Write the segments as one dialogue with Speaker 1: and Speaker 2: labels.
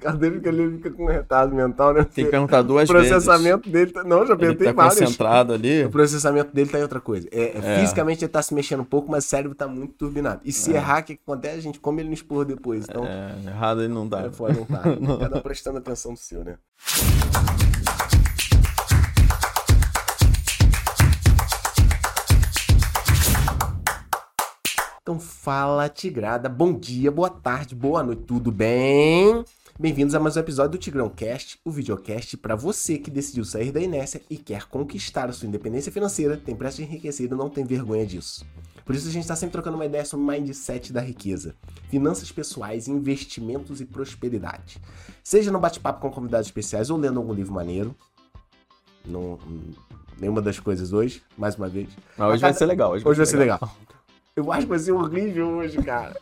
Speaker 1: Cadê que ele fica com retado mental, né?
Speaker 2: Tem que perguntar duas
Speaker 1: o
Speaker 2: vezes.
Speaker 1: processamento dele. Tá... Não, já
Speaker 2: Ele
Speaker 1: perguntei
Speaker 2: tá
Speaker 1: vários.
Speaker 2: concentrado ali.
Speaker 1: O processamento dele tá em outra coisa. É, é,
Speaker 2: É.
Speaker 1: Fisicamente ele tá se mexendo um pouco, mas o cérebro tá muito turbinado. E se errar, o que que acontece? A gente come ele no esporro depois. Então,
Speaker 2: É, errado ele não dá.
Speaker 1: é foda, não tá. Cada um prestando atenção no seu, né? Então fala, Tigrada. Bom dia, boa tarde, boa noite, tudo bem? Bem-vindos a mais um episódio do Tigrão Cast, o videocast para você que decidiu sair da inércia e quer conquistar a sua independência financeira, tem pressa de enriquecer e não tem vergonha disso. Por isso a gente está sempre trocando uma ideia sobre o mindset da riqueza, finanças pessoais, investimentos e prosperidade. Seja no bate-papo com convidados especiais ou lendo algum livro maneiro. Não, hum, nenhuma das coisas hoje, mais uma vez.
Speaker 2: Mas hoje vai ser legal. Hoje,
Speaker 1: Hoje vai ser legal. Eu acho que vai ser horrível hoje, cara.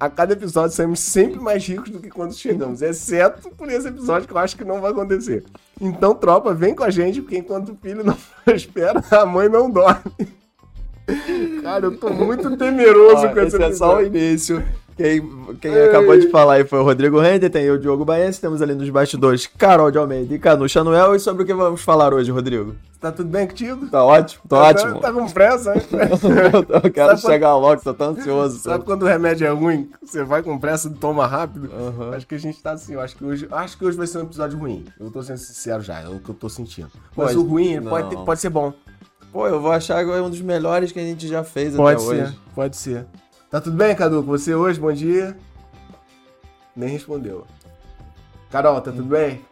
Speaker 1: A cada episódio saímos sempre mais ricos do que quando chegamos, exceto por esse episódio que eu acho que não vai acontecer. Então, tropa, vem com a gente, porque enquanto o filho não espera, a mãe não dorme. Cara, eu tô muito temeroso
Speaker 2: Ó,
Speaker 1: com esse,
Speaker 2: esse é só o
Speaker 1: episódio.
Speaker 2: início. Quem, quem acabou de falar aí foi o Rodrigo Render, tem eu, Diogo Baense, temos ali nos bastidores Carol de Almeida e Canu Chanuel. E sobre o que vamos falar hoje, Rodrigo?
Speaker 1: Tá tudo bem contigo?
Speaker 2: Tá ótimo? Tá ótimo.
Speaker 1: Tá com pressa, né?
Speaker 2: Eu quero
Speaker 1: Sabe
Speaker 2: chegar logo, tô tão ansioso.
Speaker 1: Sabe quando o remédio é ruim? Você vai com pressa e toma rápido?
Speaker 2: Aham.
Speaker 1: Acho que a gente tá assim, eu acho que hoje, acho que hoje vai ser um episódio ruim. Eu tô sendo sincero já, é o que eu tô sentindo. Mas
Speaker 2: Pode-
Speaker 1: o ruim ele pode,
Speaker 2: não.
Speaker 1: ter- pode ser bom.
Speaker 2: Pô, eu vou achar que é um dos melhores que a gente já fez
Speaker 1: Pode
Speaker 2: até
Speaker 1: ser,
Speaker 2: hoje.
Speaker 1: pode ser. Tá tudo bem, Cadu? Com você hoje? Bom dia. Nem respondeu. Carol, tá tudo bem?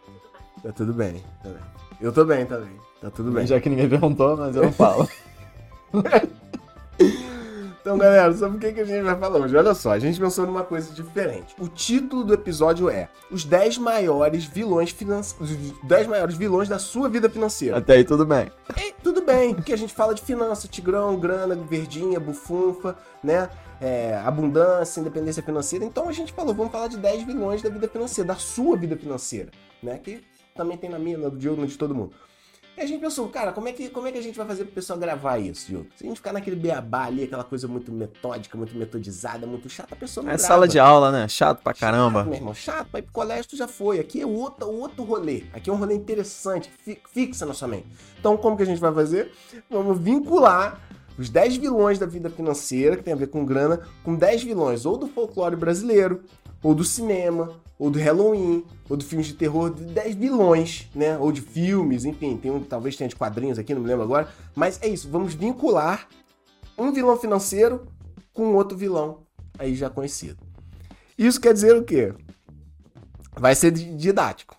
Speaker 1: Tá tudo bem, tá bem. Eu tô bem também. Tá tudo bem.
Speaker 2: Já que ninguém perguntou, mas eu não falo.
Speaker 1: Então, galera, sobre o que que a gente vai falar hoje? Olha só, a gente pensou numa coisa diferente. O título do episódio é Os 10 maiores vilões financeiros. Os 10 maiores vilões da sua vida financeira.
Speaker 2: até aí tudo bem.
Speaker 1: E tudo bem, porque a gente fala de finança, tigrão, grana, verdinha, bufunfa, né? É, abundância, independência financeira. Então a gente falou, vamos falar de 10 vilões da vida financeira, da sua vida financeira, né? Que também tem na minha, na do Diogo, na de todo mundo. E a gente pensou, cara, como é que, como é que a gente vai fazer pro pessoal gravar isso, Diogo? Se a gente ficar naquele beabá ali, aquela coisa muito metódica, muito metodizada, muito chata, a pessoa não
Speaker 2: É
Speaker 1: grava.
Speaker 2: sala de aula, né? Chato pra caramba.
Speaker 1: Chato, meu irmão, chato, mas pro colégio tu já foi. Aqui é outro, outro rolê. Aqui é um rolê interessante, que fi- fixa na sua mente. Então, como que a gente vai fazer? Vamos vincular os 10 vilões da vida financeira, que tem a ver com grana, com 10 vilões ou do folclore brasileiro, ou do cinema, ou do Halloween, ou do filmes de terror, de 10 vilões, né? Ou de filmes, enfim, tem um, talvez tenha de quadrinhos aqui, não me lembro agora. Mas é isso, vamos vincular um vilão financeiro com outro vilão aí já conhecido. Isso quer dizer o quê? Vai ser di- didático.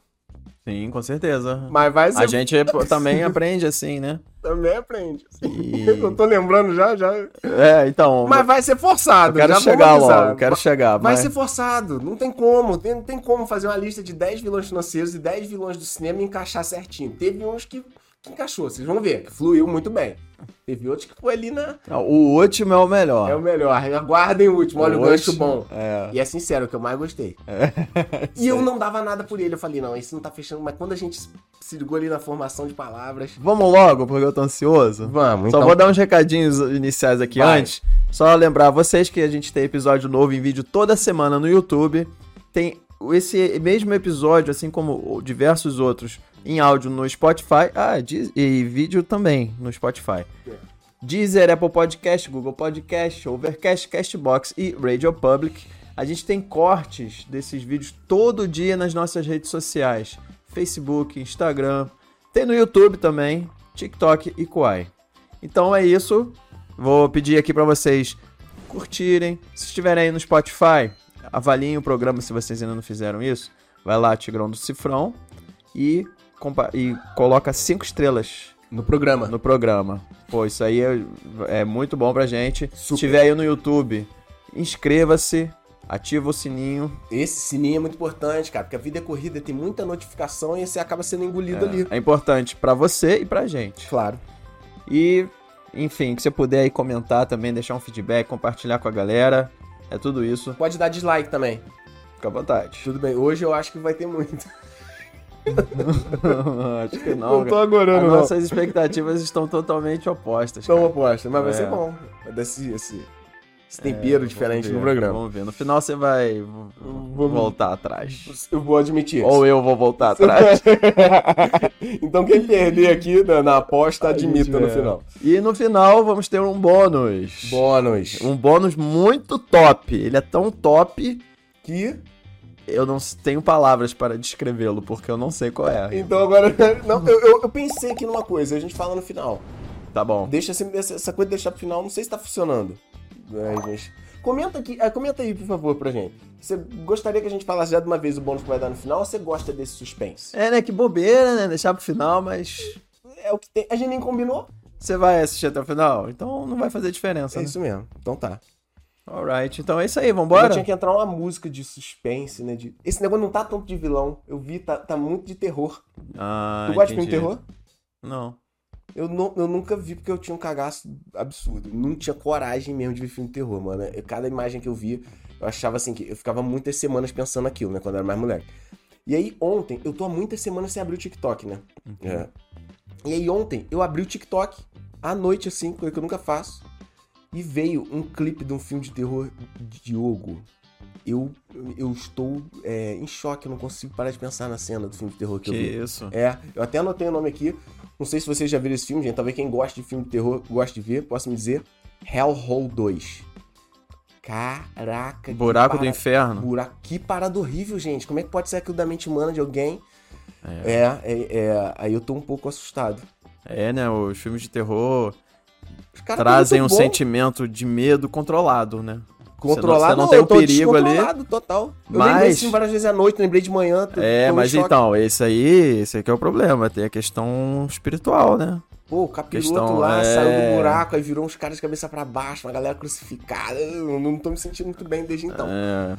Speaker 2: Sim, com certeza.
Speaker 1: Mas vai ser.
Speaker 2: A gente pô, também aprende assim, né?
Speaker 1: também aprende.
Speaker 2: E-
Speaker 1: Eu tô lembrando já, já.
Speaker 2: É, então.
Speaker 1: Mas vai ser forçado.
Speaker 2: eu quero
Speaker 1: já vou
Speaker 2: chegar
Speaker 1: avisar.
Speaker 2: logo, quero chegar.
Speaker 1: Vai
Speaker 2: mas-
Speaker 1: ser forçado, não tem como. Tem- Não tem como fazer uma lista de 10 vilões financeiros e 10 vilões do cinema e encaixar certinho. Teve uns que, que encaixou, vocês vão ver, que fluiu muito bem. Teve outros que foi ali na.
Speaker 2: Não, O último é o melhor.
Speaker 1: É o melhor. Aguardem o último, olha o, gancho
Speaker 2: último-
Speaker 1: bom.
Speaker 2: É.
Speaker 1: E é sincero, é o que eu mais gostei. e eu não dava nada por ele. Eu falei, não, esse não tá fechando. Mas quando a gente se ligou ali na formação de palavras.
Speaker 2: Vamos logo, porque eu tô ansioso.
Speaker 1: Vamos, então.
Speaker 2: Só vou dar uns recadinhos iniciais aqui
Speaker 1: Vai.
Speaker 2: antes. Só lembrar vocês que a gente tem episódio novo em vídeo toda semana no YouTube. Tem esse mesmo episódio, assim como diversos outros, em áudio no Spotify. Ah, Deez- e vídeo também no Spotify.
Speaker 1: É.
Speaker 2: Deezer, Apple Podcast, Google Podcast, Overcast, Castbox e Radio Public. A gente tem cortes desses vídeos todo dia nas nossas redes sociais: Facebook, Instagram. Tem no YouTube também, TikTok e Kuai. Então é isso. Vou pedir aqui pra vocês curtirem. Se estiverem aí no Spotify, avaliem o programa se vocês ainda não fizeram isso. Vai lá, Tigrão do Cifrão, e, compa- e coloca cinco estrelas
Speaker 1: No programa.
Speaker 2: no programa. Pô, isso aí é, é muito bom pra gente. Se
Speaker 1: Super.
Speaker 2: estiver aí no YouTube, inscreva-se, ativa o sininho.
Speaker 1: Esse sininho é muito importante, cara, porque a vida é corrida, tem muita notificação e você acaba sendo engolido ali.
Speaker 2: É, é importante pra você e pra gente.
Speaker 1: Claro.
Speaker 2: E, enfim, que você puder aí comentar também, deixar um feedback, compartilhar com a galera. É tudo isso.
Speaker 1: Pode dar dislike também.
Speaker 2: Fica à vontade.
Speaker 1: Tudo bem, hoje eu acho que vai ter muito.
Speaker 2: Acho que não. cara.
Speaker 1: agorando,
Speaker 2: As nossas expectativas estão totalmente opostas.
Speaker 1: Então
Speaker 2: cara.
Speaker 1: aposta, mas vai
Speaker 2: É.
Speaker 1: ser bom. Vai dar esse, esse, esse tempero
Speaker 2: É,
Speaker 1: diferente
Speaker 2: vamos
Speaker 1: no
Speaker 2: ver,
Speaker 1: programa.
Speaker 2: Vamos ver. No final você vai v- voltar atrás.
Speaker 1: Eu vou admitir.
Speaker 2: Ou eu vou voltar atrás.
Speaker 1: então quem perder aqui na, na aposta, admita no
Speaker 2: É.
Speaker 1: final.
Speaker 2: E no final vamos ter um bônus.
Speaker 1: Bônus.
Speaker 2: Um bônus muito top. Ele é tão top,
Speaker 1: Que.
Speaker 2: eu não tenho palavras para descrevê-lo, porque eu não sei qual é.
Speaker 1: Então agora. Não, eu, eu- eu pensei aqui numa coisa, a gente fala no final.
Speaker 2: Tá bom.
Speaker 1: Deixa esse- essa, essa coisa de deixar pro final, não sei se tá funcionando. É, gente. Comenta aqui, ah, comenta aí, por favor, pra gente. Você gostaria que a gente falasse já de uma vez o bônus que vai dar no final ou você gosta desse suspense?
Speaker 2: É, né? Que bobeira, né? Deixar pro final, mas
Speaker 1: É, o que tem. A gente nem combinou?
Speaker 2: você vai assistir até o final, então não vai fazer diferença,
Speaker 1: É
Speaker 2: né?
Speaker 1: isso mesmo. Então tá.
Speaker 2: Alright, então é isso aí,
Speaker 1: Agora
Speaker 2: vambora?
Speaker 1: tinha que entrar uma música de suspense, né? de- Esse negócio não tá tanto de vilão. Eu vi, tá, tá muito de terror.
Speaker 2: Ah,
Speaker 1: tu gosta de filme de
Speaker 2: entendi.
Speaker 1: terror?
Speaker 2: Não.
Speaker 1: Eu, nu- eu nunca vi porque eu tinha um cagaço absurdo. Eu Não tinha coragem mesmo de ver filme de terror, mano. Eu- cada imagem que eu via, eu achava assim que eu ficava muitas semanas pensando aquilo, né? Quando eu era mais moleque. E aí ontem, eu tô há muitas semanas sem abrir o TikTok, né? É. E aí ontem eu abri o TikTok à noite, assim, coisa que eu nunca faço. E veio um clipe de um filme de terror de Diogo. Eu, eu estou é, em choque, eu não consigo parar de pensar na cena do filme de terror que,
Speaker 2: Que
Speaker 1: eu vi.
Speaker 2: isso.
Speaker 1: É, eu até anotei o nome aqui. Não sei se vocês já viram esse filme, gente. Talvez quem gosta de filme de terror goste de ver. Posso me dizer? Hellhole 2. Caraca. que
Speaker 2: Buraco do
Speaker 1: parada-
Speaker 2: Inferno.
Speaker 1: Buraco. Que parada horrível, gente. Como é que pode ser aquilo da mente humana de alguém?
Speaker 2: É.
Speaker 1: É, é, é. Aí eu tô um pouco assustado.
Speaker 2: É, né? Os filmes de terror
Speaker 1: Os caras tão
Speaker 2: trazem um
Speaker 1: muito bom.
Speaker 2: sentimento de medo controlado, né?
Speaker 1: Controlado,
Speaker 2: Você não- você não tem o
Speaker 1: eu tô
Speaker 2: perigo ali.
Speaker 1: descontrolado, total. Eu
Speaker 2: Mas-
Speaker 1: lembrei desse filme várias vezes à noite, lembrei de manhã. tô-
Speaker 2: É,
Speaker 1: tô em
Speaker 2: mas
Speaker 1: choque.
Speaker 2: então, esse aí, esse aqui é o problema. Tem a questão espiritual, né?
Speaker 1: Pô, o capiroto
Speaker 2: Questão,
Speaker 1: lá
Speaker 2: é.
Speaker 1: saiu do buraco, aí virou uns caras de cabeça pra baixo, uma galera crucificada. Eu não tô me sentindo muito bem desde então.
Speaker 2: É.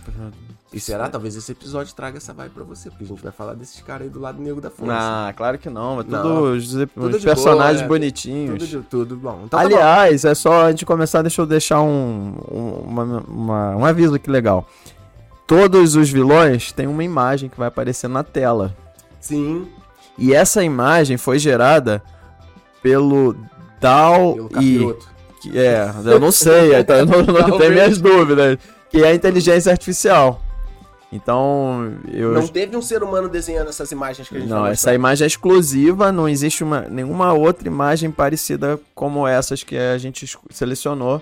Speaker 1: E será? Talvez esse episódio traga essa vibe pra você, porque a gente vai falar desses caras aí do lado negro da força.
Speaker 2: Ah, claro que não. É tudo
Speaker 1: Não.
Speaker 2: os, os
Speaker 1: Tudo de
Speaker 2: personagens
Speaker 1: boa, é.
Speaker 2: bonitinhos.
Speaker 1: Tudo, de, tudo bom. Então, tá bom.
Speaker 2: Aliás, é só antes de começar, deixa eu deixar um, um, uma- uma- um aviso aqui legal. Todos os vilões têm uma imagem que vai aparecer na tela.
Speaker 1: Sim.
Speaker 2: E essa imagem foi gerada pelo
Speaker 1: Pelo
Speaker 2: Dao e.
Speaker 1: capiroto.
Speaker 2: que- É, eu não sei, então eu não, não
Speaker 1: Talvez.
Speaker 2: tenho minhas dúvidas. Que é a inteligência artificial. Então, eu.
Speaker 1: Não teve um ser humano desenhando essas imagens que a gente tá
Speaker 2: Não,
Speaker 1: vai
Speaker 2: essa
Speaker 1: mostrar.
Speaker 2: imagem é exclusiva, não existe uma- nenhuma outra imagem parecida como essas que a gente esco- selecionou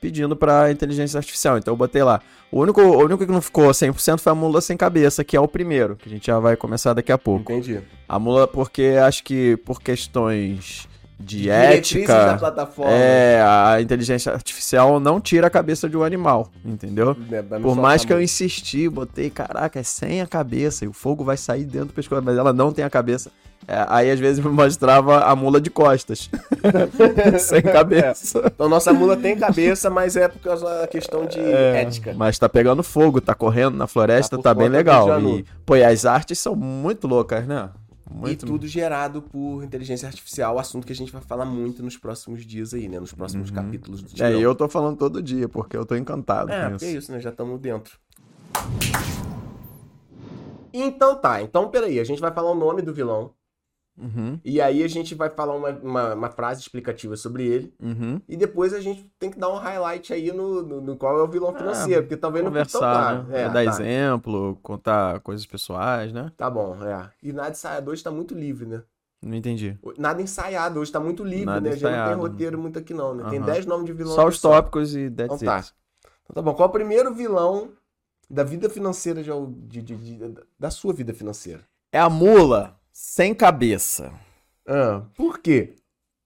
Speaker 2: pedindo pra inteligência artificial. Então eu botei lá. O único, o único que não ficou 100% foi a mula sem cabeça, que é o primeiro, que a gente já vai começar daqui
Speaker 1: é
Speaker 2: a pouco.
Speaker 1: Entendi.
Speaker 2: A mula porque acho que por questões de
Speaker 1: Diretrizes da
Speaker 2: ética,
Speaker 1: plataforma.
Speaker 2: é, a inteligência artificial não tira a cabeça de um animal, entendeu?
Speaker 1: Né, pra não
Speaker 2: Por
Speaker 1: soltar
Speaker 2: mais que eu
Speaker 1: muito.
Speaker 2: insisti, botei, caraca, é sem a cabeça, e o fogo vai sair dentro do pescoço, mas ela não tem a cabeça. É, aí às vezes me mostrava a mula de costas.
Speaker 1: É.
Speaker 2: sem cabeça.
Speaker 1: Então, nossa mula tem cabeça, mas é por causa da questão de ética.
Speaker 2: Mas tá pegando fogo, tá correndo na
Speaker 1: Tá
Speaker 2: floresta,
Speaker 1: por
Speaker 2: tá, bem
Speaker 1: conta do
Speaker 2: legal.
Speaker 1: Janu.
Speaker 2: E, pô, e as artes são muito loucas, né?
Speaker 1: E
Speaker 2: Muito.
Speaker 1: tudo gerado por inteligência artificial, assunto que a gente vai falar muito nos próximos dias aí, né? Nos próximos capítulos do
Speaker 2: É,
Speaker 1: Tirão.
Speaker 2: e eu tô falando todo dia, porque eu tô encantado
Speaker 1: É,
Speaker 2: com
Speaker 1: porque é
Speaker 2: isso.
Speaker 1: isso, né? Já estamos dentro. Então tá, então peraí, a gente vai falar o nome do vilão.
Speaker 2: Uhum,
Speaker 1: E aí a gente vai falar uma, uma, uma frase explicativa sobre ele.
Speaker 2: uhum.
Speaker 1: E depois a gente tem que dar um highlight aí no, no, no qual é o vilão financeiro, porque talvez não fique tão
Speaker 2: Ah, Conversar,
Speaker 1: claro.
Speaker 2: né?
Speaker 1: É,
Speaker 2: Dar
Speaker 1: tá.
Speaker 2: exemplo, contar coisas pessoais, né?
Speaker 1: Tá bom, é. E nada ensaiado hoje tá muito livre, né?
Speaker 2: Não entendi.
Speaker 1: Nada ensaiado hoje tá muito livre,
Speaker 2: Nada
Speaker 1: né? Já não tem
Speaker 2: ensaiado.
Speaker 1: roteiro muito aqui não, né? Tem
Speaker 2: Aham.
Speaker 1: 10 nomes de vilão.
Speaker 2: Só
Speaker 1: aqui
Speaker 2: os tópicos e that's
Speaker 1: Então tá.
Speaker 2: it.
Speaker 1: Então tá bom. Qual é o primeiro vilão da vida financeira de, al- de- de- de- da sua vida financeira?
Speaker 2: É a mula sem cabeça.
Speaker 1: Ah, por quê?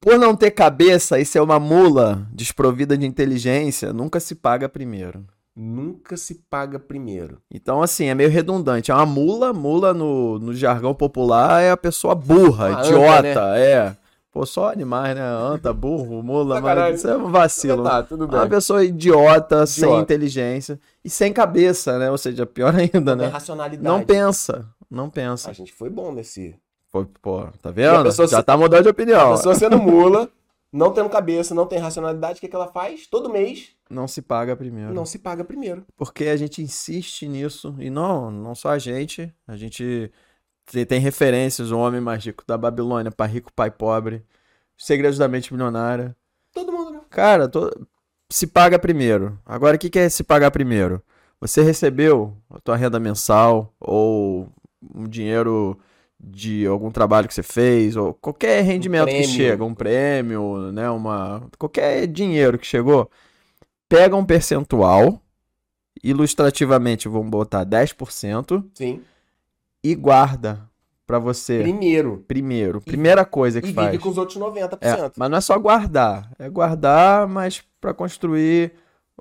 Speaker 2: Por não ter cabeça e ser uma mula desprovida de inteligência, nunca se paga primeiro.
Speaker 1: Nunca se paga primeiro.
Speaker 2: Então, assim, é meio redundante. É uma mula, mula no, no jargão popular é a pessoa burra,
Speaker 1: Uma anta, né?
Speaker 2: idiota, é. Pô, só animais, né? Anta, burro, mula,
Speaker 1: Sacanagem.
Speaker 2: mas isso é um vacilo.
Speaker 1: tá, tudo
Speaker 2: É uma pessoa idiota, sem
Speaker 1: Idiota.
Speaker 2: inteligência e sem cabeça, né? Ou seja, pior ainda,
Speaker 1: É
Speaker 2: né?
Speaker 1: racionalidade.
Speaker 2: Não pensa, não
Speaker 1: A
Speaker 2: pensa.
Speaker 1: gente foi bom nesse.
Speaker 2: Pô, pô, tá
Speaker 1: a
Speaker 2: vendo?
Speaker 1: pessoa
Speaker 2: Já
Speaker 1: se-
Speaker 2: tá mudando de opinião.
Speaker 1: A pessoa sendo mula, não tendo cabeça, não tem racionalidade, o que, que ela faz? Todo mês
Speaker 2: Não se paga primeiro.
Speaker 1: não se paga primeiro.
Speaker 2: porque a gente insiste nisso e não, não só a gente, a gente te- tem referências, o homem mais rico da Babilônia, pai rico, pai pobre, segredos da mente milionária.
Speaker 1: Todo mundo, né?
Speaker 2: Cara, to- se paga primeiro. Agora, o que que é se pagar primeiro? Você recebeu a tua renda mensal ou um dinheiro de algum trabalho que você fez ou qualquer rendimento que
Speaker 1: Um prêmio.
Speaker 2: chega, um prêmio, né, uma qualquer dinheiro que chegou, pega um percentual, ilustrativamente vamos botar 10%
Speaker 1: Sim.
Speaker 2: e guarda pra você
Speaker 1: Primeiro.
Speaker 2: primeiro. Primeira coisa que
Speaker 1: E
Speaker 2: faz.
Speaker 1: vive com os outros 90%.
Speaker 2: É, mas não é só guardar. É guardar, mas para construir,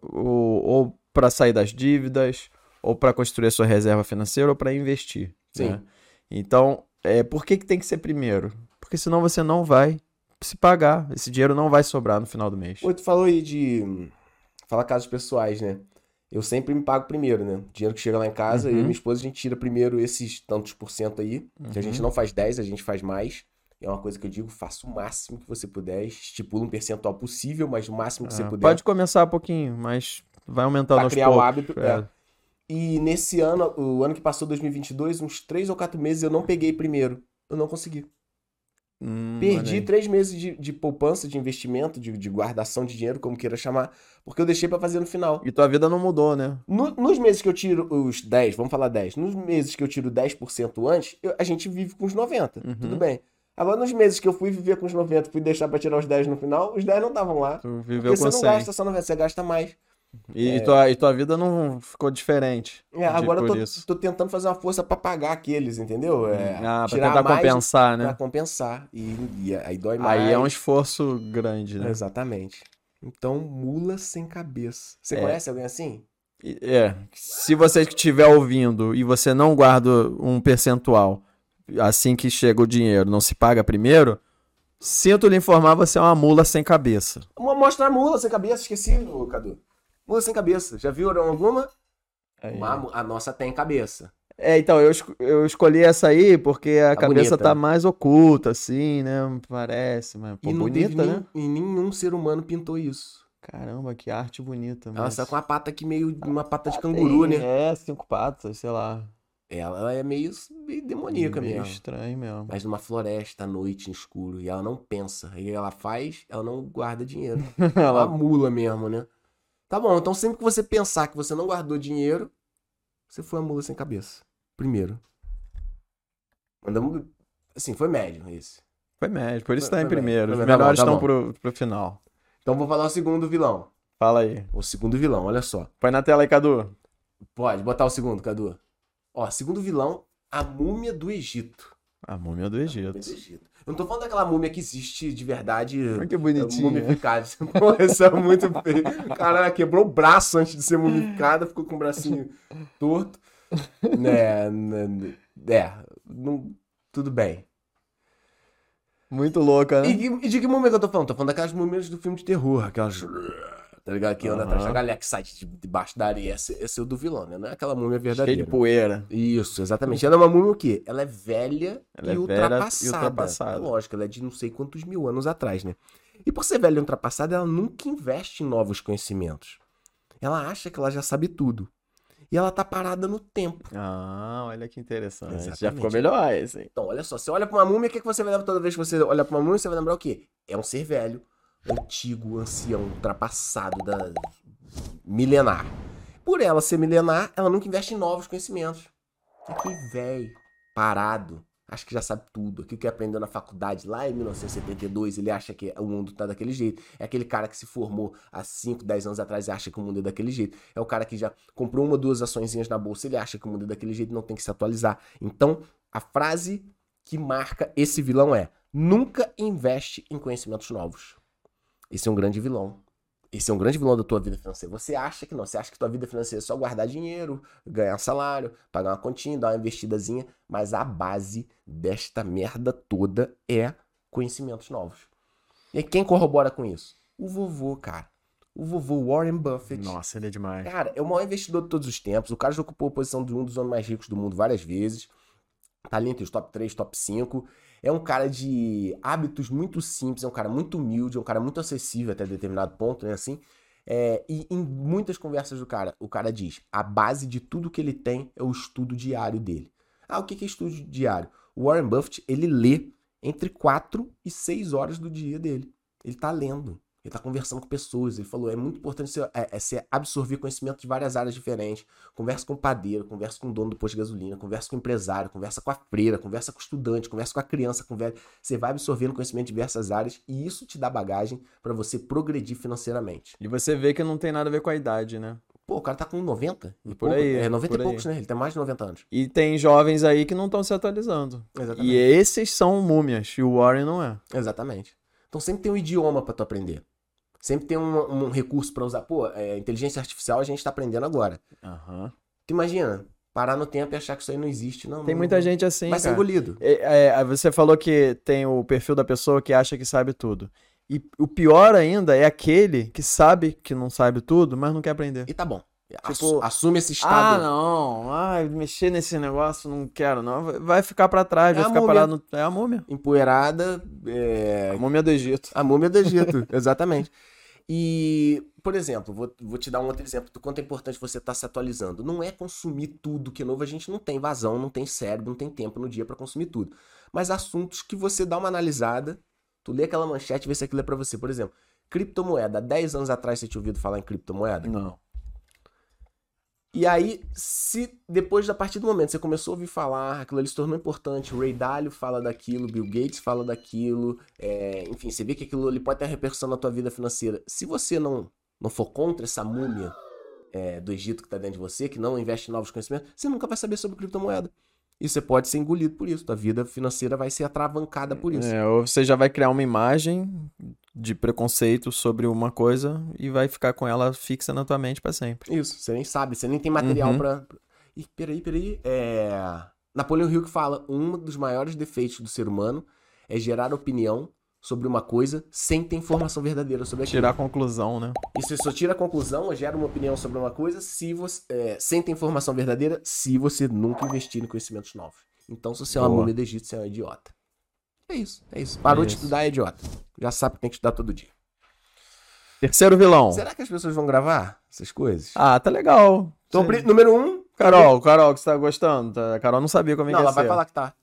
Speaker 2: ou, ou para sair das dívidas, ou para construir a sua reserva financeira, ou para investir.
Speaker 1: Sim.
Speaker 2: né? Então, é, por que, que tem que ser primeiro? Porque senão você não vai se pagar. Esse dinheiro não vai sobrar no final do mês.
Speaker 1: Pô, tu falou aí de hum, falar casos pessoais, né? Eu sempre me pago primeiro, né? O dinheiro que chega lá em casa, eu e
Speaker 2: Uhum.
Speaker 1: minha esposa, a gente tira primeiro esses tantos por cento aí. Que a
Speaker 2: Uhum.
Speaker 1: gente não faz 10, a gente faz mais. É uma coisa que eu digo, faça o máximo que você puder. Estipula um percentual possível, mas o máximo que você
Speaker 2: É,
Speaker 1: então, puder.
Speaker 2: Pode começar um pouquinho, mas vai aumentando
Speaker 1: pra
Speaker 2: aos
Speaker 1: criar o
Speaker 2: poucos.
Speaker 1: hábito.
Speaker 2: É.
Speaker 1: é. E nesse ano, o ano que passou, 2022, uns 3 ou 4 meses eu não peguei primeiro. Eu não consegui.
Speaker 2: Hum, olha
Speaker 1: Perdi
Speaker 2: aí.
Speaker 1: três meses de, de poupança, de investimento, de, de guardação de dinheiro, como queira chamar, porque eu deixei pra fazer no final.
Speaker 2: E tua vida não mudou, né?
Speaker 1: No- nos meses que eu tiro os 10, vamos falar 10, nos meses que eu tiro 10% antes, eu- a gente vive com os 90,
Speaker 2: Uhum.
Speaker 1: tudo bem. Agora, nos meses que eu fui viver com os 90, fui deixar pra tirar os 10 no final, os 10 não estavam lá.
Speaker 2: Tu
Speaker 1: Porque
Speaker 2: viveu
Speaker 1: você
Speaker 2: com
Speaker 1: não
Speaker 2: 100.
Speaker 1: gasta só 90, você gasta mais.
Speaker 2: E, e tua, e tua vida não ficou diferente.
Speaker 1: É,
Speaker 2: de-
Speaker 1: agora eu
Speaker 2: por
Speaker 1: tô,
Speaker 2: isso.
Speaker 1: tô tentando fazer uma força pra pagar aqueles, entendeu? É,
Speaker 2: Ah, pra
Speaker 1: tirar
Speaker 2: tentar
Speaker 1: mais
Speaker 2: compensar, né?
Speaker 1: pra compensar. E, e aí dói mais.
Speaker 2: Aí é um esforço grande, né?
Speaker 1: Exatamente. Então, mula sem cabeça. Você
Speaker 2: É.
Speaker 1: conhece alguém assim?
Speaker 2: E- É. Se você que estiver ouvindo e você não guarda um percentual assim que chega o dinheiro, não se paga primeiro, sinto lhe informar, você é uma mula sem cabeça.
Speaker 1: Uma mostra mula sem cabeça, esqueci, ô, Cadu. Mula sem cabeça. Já viu alguma? Uma mu- a nossa tem cabeça.
Speaker 2: É, então, eu, esco- eu escolhi essa aí porque a
Speaker 1: Tá
Speaker 2: cabeça
Speaker 1: bonita,
Speaker 2: tá
Speaker 1: né?
Speaker 2: mais oculta, assim, né? Parece, mas pô,
Speaker 1: e não teve
Speaker 2: bonita, né?
Speaker 1: nem- e nenhum ser humano pintou isso.
Speaker 2: Caramba, que arte bonita.
Speaker 1: Ela
Speaker 2: mas-
Speaker 1: está com uma pata aqui meio. Uma pata de canguru,
Speaker 2: Tem-
Speaker 1: né?
Speaker 2: É, cinco patas, sei lá.
Speaker 1: Ela é meio, meio demoníaca
Speaker 2: Meio
Speaker 1: mesmo.
Speaker 2: estranho mesmo.
Speaker 1: Mas numa floresta, à noite, em escuro. E ela não pensa. E ela faz, ela não guarda dinheiro. Ela
Speaker 2: Ela
Speaker 1: mula mesmo, né? Tá bom, então sempre que você pensar que você não guardou dinheiro, você foi a mula sem cabeça. Primeiro. Mandamos. Assim, foi médio esse.
Speaker 2: Foi médio, por isso
Speaker 1: Foi-
Speaker 2: tá em
Speaker 1: foi médio,
Speaker 2: primeiro.
Speaker 1: foi
Speaker 2: Os
Speaker 1: médio. Tá
Speaker 2: melhores
Speaker 1: bom, tá
Speaker 2: estão pro, pro final.
Speaker 1: Então vou falar o segundo vilão.
Speaker 2: Fala aí.
Speaker 1: O segundo vilão, olha só.
Speaker 2: Põe na tela aí, Cadu.
Speaker 1: Pode botar o segundo, Cadu. Ó, segundo vilão, a múmia do Egito.
Speaker 2: A Ah, múmia do
Speaker 1: Múmia do
Speaker 2: Egito.
Speaker 1: Egito. Eu não tô falando daquela múmia que existe de verdade.
Speaker 2: Olha que bonitinho.
Speaker 1: Mumificada. Pô, Isso é muito feio. Cara, ela quebrou o braço antes de ser mumificada, ficou com o bracinho torto. Né, né, né, é, não- tudo bem.
Speaker 2: Muito louca,
Speaker 1: E,
Speaker 2: né?
Speaker 1: e de que múmia que eu tô falando? Tô falando daquelas múmias do filme de terror, aquelas. Tá ligado? Que anda atrás da
Speaker 2: Aham.
Speaker 1: galera que sai de- debaixo da areia. Esse, esse é o do vilão, né? Não é aquela múmia
Speaker 2: Cheio de
Speaker 1: verdadeira.
Speaker 2: poeira.
Speaker 1: Isso, exatamente. Ela é uma múmia o quê? Ela é velha,
Speaker 2: Ela
Speaker 1: e,
Speaker 2: é velha e
Speaker 1: ultrapassada.
Speaker 2: ultrapassada.
Speaker 1: Lógico, ela é de não sei quantos mil anos atrás, né? E por ser velha e ultrapassada, ela nunca investe em novos conhecimentos. Ela acha que ela já sabe tudo. E ela tá parada no tempo.
Speaker 2: Ah, olha que interessante. Já
Speaker 1: Exatamente.
Speaker 2: ficou melhor esse. hein?
Speaker 1: Então, olha só, você olha pra uma múmia, o que, que você vai lembrar toda vez que você olha pra uma múmia, você vai lembrar o quê? É um ser velho, antigo, ancião, ultrapassado, da... milenar. Por ela ser milenar, ela nunca investe em novos conhecimentos. Aquele velho, parado, acha que já sabe tudo. Aquilo que aprendeu na faculdade lá em 1972, ele acha que o mundo tá daquele jeito. É aquele cara que se formou há 5, 10 anos atrás e acha que o mundo é daquele jeito. É o cara que já comprou uma ou duas açõezinhas na bolsa, ele acha que o mundo é daquele jeito, não tem que se atualizar. Então, a frase que marca esse vilão é: nunca investe em conhecimentos novos. Esse é um grande vilão. Esse é um grande vilão da tua vida financeira. Você acha que não? Você acha que tua vida financeira é só guardar dinheiro, ganhar um salário, pagar uma continha, dar uma investidazinha, mas a base desta merda toda é conhecimentos novos. E quem corrobora com isso? O vovô, cara. O vovô Warren Buffett.
Speaker 2: Nossa, ele é demais.
Speaker 1: Cara, é o maior investidor de todos os tempos. O cara já ocupou a posição de um dos homens mais ricos do mundo várias vezes. Tá ali entre os top 3, top 5. É um cara de hábitos muito simples, é um cara muito humilde, é um cara muito acessível até determinado ponto, né? Assim. É, e em muitas conversas do cara, o cara diz: a base de tudo que ele tem é o estudo diário dele. Ah, o que que é estudo diário? O Warren Buffett, ele lê entre 4 e 6 horas do dia dele. Ele tá lendo. Ele está conversando com pessoas. Ele falou: é muito importante você, é, é você absorver conhecimento de várias áreas diferentes. Conversa com o padeiro, conversa com o dono do posto de gasolina, conversa com o empresário, conversa com a freira, conversa com o estudante, conversa com a criança, conversa. Você vai absorvendo conhecimento de diversas áreas e isso te dá bagagem para você progredir financeiramente.
Speaker 2: E você vê que não tem nada a ver com a idade, né?
Speaker 1: Pô, o cara tá com 90 e
Speaker 2: Por
Speaker 1: pouco-
Speaker 2: aí,
Speaker 1: É 90
Speaker 2: por
Speaker 1: e
Speaker 2: aí.
Speaker 1: poucos, né? Ele tem mais de 90 anos.
Speaker 2: E tem jovens aí que não estão se atualizando.
Speaker 1: Exatamente.
Speaker 2: E esses são múmias, e o Warren não é.
Speaker 1: Exatamente. Então sempre tem um idioma pra tu aprender. Sempre tem um, um recurso pra usar. Pô, é, inteligência artificial a gente tá aprendendo agora.
Speaker 2: Aham.
Speaker 1: Tu imagina, parar no tempo e achar que isso aí não existe. Não,
Speaker 2: Tem
Speaker 1: não-
Speaker 2: muita gente assim,
Speaker 1: Vai ser
Speaker 2: cara.
Speaker 1: engolido.
Speaker 2: É, é, você falou que tem o perfil da pessoa que acha que sabe tudo. E o pior ainda é aquele que sabe que não sabe tudo, mas não quer aprender.
Speaker 1: E tá bom.
Speaker 2: Tipo,
Speaker 1: Assu- assume esse
Speaker 2: Ah,
Speaker 1: estado.
Speaker 2: não. Ah, mexer nesse negócio não quero, não. Vai- Vai ficar pra trás,
Speaker 1: É
Speaker 2: vai
Speaker 1: a
Speaker 2: ficar
Speaker 1: múmia.
Speaker 2: parado. No... É a múmia.
Speaker 1: Empoeirada, é,
Speaker 2: A múmia do Egito.
Speaker 1: a múmia do Egito. Exatamente. E, por exemplo, vou, vou te dar um outro exemplo do quanto é importante você estar se atualizando. Não é consumir tudo que é novo, a gente não tem vazão, não tem cérebro, não tem tempo no dia pra consumir tudo. Mas assuntos que você dá uma analisada, tu lê aquela manchete e vê se aquilo é pra você. Por exemplo, criptomoeda. Há 10 anos atrás você tinha ouvido falar em criptomoeda?
Speaker 2: Não.
Speaker 1: E aí, se depois, a partir do momento que você começou a ouvir falar, aquilo ali se tornou importante, Ray Dalio fala daquilo, Bill Gates fala daquilo, é, enfim, você vê que aquilo ali pode ter repercussão na tua vida financeira. Se você não, não for contra essa múmia é, do Egito que tá dentro de você, que não investe em novos conhecimentos, você nunca vai saber sobre criptomoeda. E você pode ser engolido por isso, tua vida financeira vai ser atravancada por isso.
Speaker 2: É, ou você já vai criar uma imagem de preconceito sobre uma coisa e vai ficar com ela fixa na tua mente pra sempre.
Speaker 1: Isso, você nem sabe, você nem tem material
Speaker 2: Uhum.
Speaker 1: pra. Ih, peraí, peraí. É... Napoleão Hill que fala: um dos maiores defeitos do ser humano é gerar opinião sobre uma coisa sem ter informação verdadeira sobre aquilo.
Speaker 2: Tirar a conclusão, né?
Speaker 1: E você só tira a conclusão, gera uma opinião sobre uma coisa se você, é, sem ter informação verdadeira, se você nunca investir em conhecimentos novos. Então, se você é uma
Speaker 2: Boa.
Speaker 1: múmia do Egito, você é um idiota. É isso, é isso. Parou de
Speaker 2: isso.
Speaker 1: estudar, é idiota. Já sabe que tem que estudar todo dia.
Speaker 2: Terceiro vilão.
Speaker 1: Será que as pessoas vão gravar essas coisas?
Speaker 2: Ah, tá legal.
Speaker 1: Então,
Speaker 2: Sim.
Speaker 1: pri- número um,
Speaker 2: Carol, Carol, que você tá gostando? Tá- A Carol não sabia como é
Speaker 1: Não,
Speaker 2: que ia
Speaker 1: ela vai
Speaker 2: ser.
Speaker 1: falar que tá.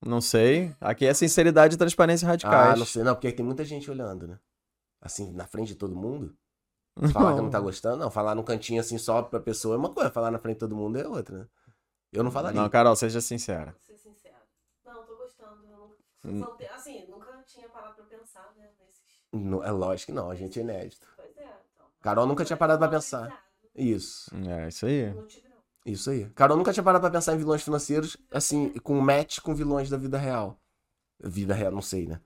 Speaker 2: Não sei. Aqui é sinceridade, transparência e radicais.
Speaker 1: Ah, não sei, não, porque tem muita gente olhando, né? Assim, na frente de todo mundo. Falar que não tá gostando, não. Falar num cantinho assim só pra pessoa é uma coisa, falar na frente de todo mundo é outra, né? Eu não falaria.
Speaker 2: Não, Carol, seja sincera.
Speaker 3: Vou ser sincera. Não, tô gostando. Eu nunca,
Speaker 1: Hum.
Speaker 3: só te- assim, nunca tinha parado pra pensar, né? Nesses...
Speaker 1: Não, é lógico que não, a gente é inédito.
Speaker 3: Pois é, então.
Speaker 1: Carol nunca tinha parado pra pensar.
Speaker 3: Valorizado.
Speaker 1: Isso,
Speaker 2: É, isso aí.
Speaker 3: Não tive, não.
Speaker 1: isso aí. Carol nunca tinha parado pra pensar em vilões financeiros, assim, com match com vilões da vida real. Vida real, não sei, né?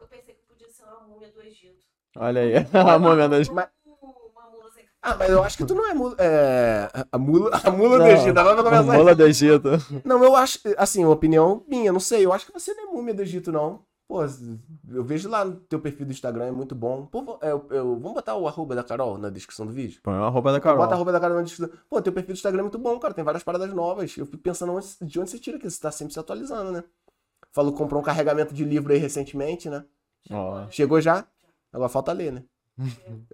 Speaker 3: Eu pensei que podia ser uma múmia do Egito.
Speaker 2: Olha aí. a múmia da
Speaker 1: Mas-
Speaker 3: Uma mula sem cabeça.
Speaker 1: Ah, mas eu acho que tu não é mula. É, a- a mula, a mula
Speaker 2: Não.
Speaker 1: do Egito, agora eu vou
Speaker 2: a
Speaker 1: começar.
Speaker 2: mula do Egito.
Speaker 1: Não, eu acho, assim, uma opinião minha, não sei, eu acho que você não é múmia do Egito, não. Pô, eu vejo lá no teu perfil do Instagram, é muito bom. Pô, vou- é, eu, eu- vamos botar o arroba da Carol na descrição do vídeo?
Speaker 2: Põe uma roupa da Carol.
Speaker 1: Bota a arroba da Carol na descrição. Pô, teu perfil do Instagram é muito bom, cara, tem várias paradas novas. Eu fico pensando onde- de onde você tira que você tá sempre se atualizando, né? Falou que comprou um carregamento de livro aí recentemente, né?
Speaker 2: Ó.
Speaker 3: Tipo, olha.
Speaker 1: Chegou já? Agora falta ler, né?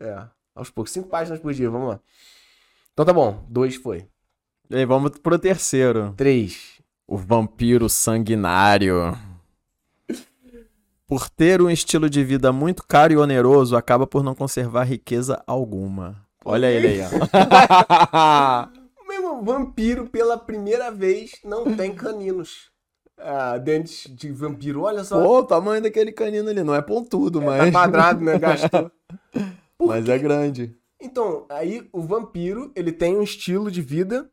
Speaker 1: É, aos poucos, cinco páginas por dia, vamos lá. Então tá bom, dois foi.
Speaker 2: E aí, vamos pro terceiro.
Speaker 1: Três.
Speaker 2: O vampiro sanguinário. Por ter um estilo de vida muito caro e oneroso, acaba por não conservar riqueza alguma. Olha ele aí, ó.
Speaker 1: Meu irmão, vampiro pela primeira vez não tem caninos. Ah, dentes de vampiro, olha só.
Speaker 2: Pô, o tamanho daquele canino ali. Não é pontudo,
Speaker 1: Tá
Speaker 2: mas,
Speaker 1: quadrado, né? Gastou. Por
Speaker 2: mas é grande.
Speaker 1: Então, aí o vampiro, ele tem um estilo de vida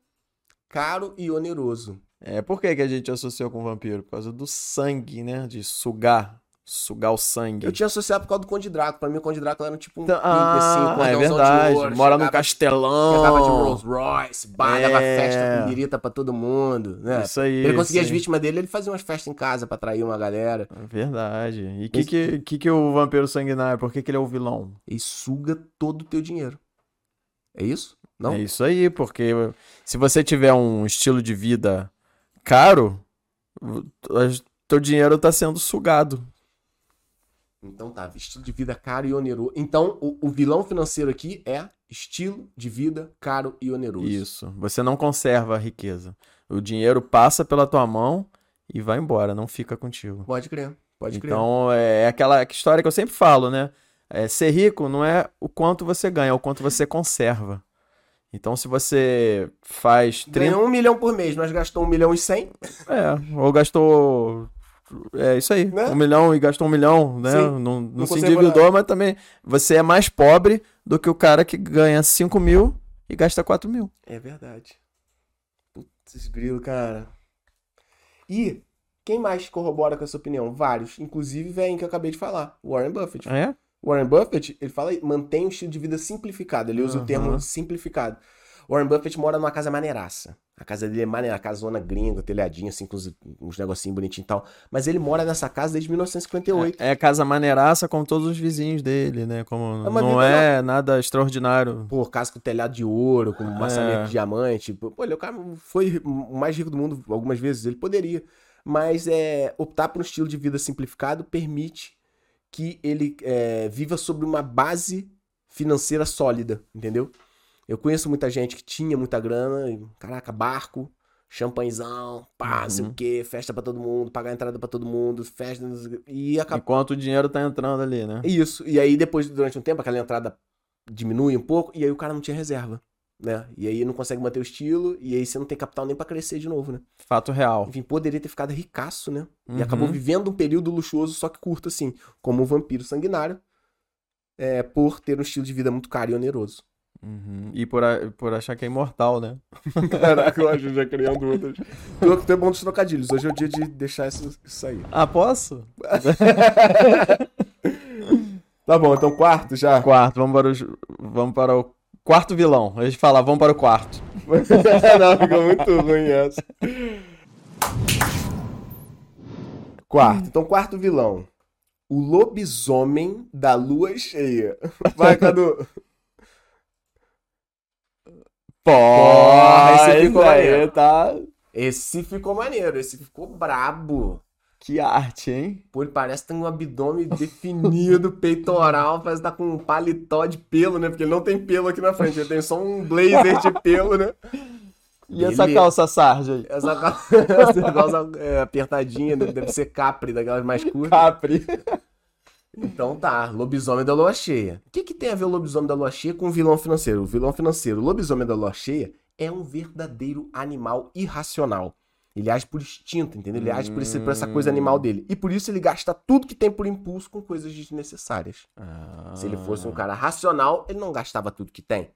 Speaker 1: caro e oneroso.
Speaker 2: É, por que, que a gente associou com vampiro? Por causa do sangue, né? De sugar. Sugar o sangue.
Speaker 1: Eu tinha associado por causa do Conde Drácula. Pra mim, o Conde Drácula era tipo um
Speaker 2: Então,
Speaker 1: pica, assim,
Speaker 2: ah,
Speaker 1: um
Speaker 2: é
Speaker 1: cordãozão
Speaker 2: verdade.
Speaker 1: de ouro.
Speaker 2: Mora num
Speaker 1: chegava,
Speaker 2: castelão.
Speaker 1: Chegava de Rolls Royce, bar, dava
Speaker 2: É.
Speaker 1: festa com birita pra todo mundo, né?
Speaker 2: Isso aí.
Speaker 1: ele conseguia
Speaker 2: isso
Speaker 1: as
Speaker 2: aí. É
Speaker 1: vítimas dele, ele fazia umas festas em casa pra atrair uma galera.
Speaker 2: Verdade. E o que, que, que, que o vampiro sanguinário? Por que, que ele é o vilão?
Speaker 1: e suga todo o teu dinheiro. É isso? Não?
Speaker 2: É isso aí, porque se você tiver um estilo de vida caro, teu dinheiro tá sendo sugado.
Speaker 1: Então tá, estilo de vida caro e oneroso. Então, o, o vilão financeiro aqui é estilo de vida caro e oneroso.
Speaker 2: Isso. Você não conserva a riqueza. O dinheiro passa pela tua mão e vai embora, não fica contigo. é
Speaker 1: Pode crer, pode crer.
Speaker 2: Então, é aquela história que eu sempre falo, né? É, ser rico não é o quanto você ganha, é o quanto você conserva. Então, se você faz 30.
Speaker 1: Ganhou um milhão por mês, nós gastamos um milhão e cem.
Speaker 2: É, ou gastou. É isso aí.
Speaker 1: Né?
Speaker 2: Um milhão e gastou um milhão, né?
Speaker 1: Sim.
Speaker 2: Não, não, se
Speaker 1: conservou
Speaker 2: endividou, mas também você é mais pobre do que o cara que ganha 5 mil e gasta 4 mil.
Speaker 1: É verdade. Putz, grilo, cara. E quem mais corrobora com essa opinião? Vários. Inclusive, vem que eu acabei de falar. Warren Buffett.
Speaker 2: É?
Speaker 1: Warren Buffett, ele fala, mantém um estilo de vida simplificado. Ele usa o termo
Speaker 2: Aham.
Speaker 1: simplificado. Warren Buffett mora numa casa maneiraça. A casa dele é maneira, casona gringa, telhadinha, assim, com uns, uns negocinhos bonitinhos e tal. Mas ele mora nessa casa desde 1958.
Speaker 2: É casa maneiraça como todos os vizinhos dele, né? Como
Speaker 1: É uma
Speaker 2: não
Speaker 1: vida
Speaker 2: é nada extraordinário.
Speaker 1: Pô, casa com telhado de ouro, com maçaneta
Speaker 2: É.
Speaker 1: de diamante. Pô, ele é o cara foi o mais rico do mundo algumas vezes, ele poderia. Mas é, optar por um estilo de vida simplificado permite que ele é, viva sobre uma base financeira sólida, entendeu? Eu conheço muita gente que tinha muita grana, e, caraca, barco, champanhezão, pá, não sei
Speaker 2: Uhum.
Speaker 1: o quê, festa pra todo mundo, pagar entrada pra todo mundo, festa, e acabou.
Speaker 2: Enquanto o dinheiro tá entrando ali, né?
Speaker 1: Isso. E aí, depois, durante um tempo, aquela entrada diminui um pouco, e aí o cara não tinha reserva, né? E aí não consegue manter o estilo, e aí você não tem capital nem pra crescer de novo, né?
Speaker 2: Fato real.
Speaker 1: Enfim, poderia ter ficado ricaço, né? E
Speaker 2: Uhum.
Speaker 1: acabou vivendo um período luxuoso, só que curto, assim, como um vampiro sanguinário, é, por ter um estilo de vida muito caro e oneroso.
Speaker 2: Uhum. E por, a- por achar que é imortal, né?
Speaker 1: Caraca, eu acho já um criando outras. Tu é bom dos trocadilhos, hoje é o dia de deixar isso, isso aí.
Speaker 2: Ah, posso?
Speaker 1: Tá bom, então quarto já.
Speaker 2: Quarto, vamos para, os, vamos para o quarto vilão. A gente fala, vamos para o quarto.
Speaker 1: Não, ficou muito ruim essa. Quarto. Então, quarto vilão. O lobisomem da lua cheia. Vai, Cadu. Hum. Porra, esse ficou maneiro.
Speaker 2: tá?
Speaker 1: Esse ficou maneiro, esse ficou brabo.
Speaker 2: Que arte, hein?
Speaker 1: Pô, ele parece que tem um abdômen definido, peitoral, parece que tá com um paletó de pelo, né? Porque ele não tem pelo aqui na frente, ele tem só um blazer de pelo, né?
Speaker 2: E essa
Speaker 1: Beleza.
Speaker 2: calça sarja aí?
Speaker 1: Essa calça, essa calça é, apertadinha, né? deve ser capri, daquelas mais curtas.
Speaker 2: Capri.
Speaker 1: Então tá, lobisomem da lua cheia. O que, que tem a ver o lobisomem da lua cheia com o vilão financeiro? O vilão financeiro, o lobisomem da lua cheia, é um verdadeiro animal irracional. Ele age por instinto, entendeu? Ele age por, esse- por essa coisa animal dele. E por isso ele gasta tudo que tem por impulso com coisas desnecessárias.
Speaker 2: Ah.
Speaker 1: Se ele fosse um cara racional, ele não gastava tudo que tem.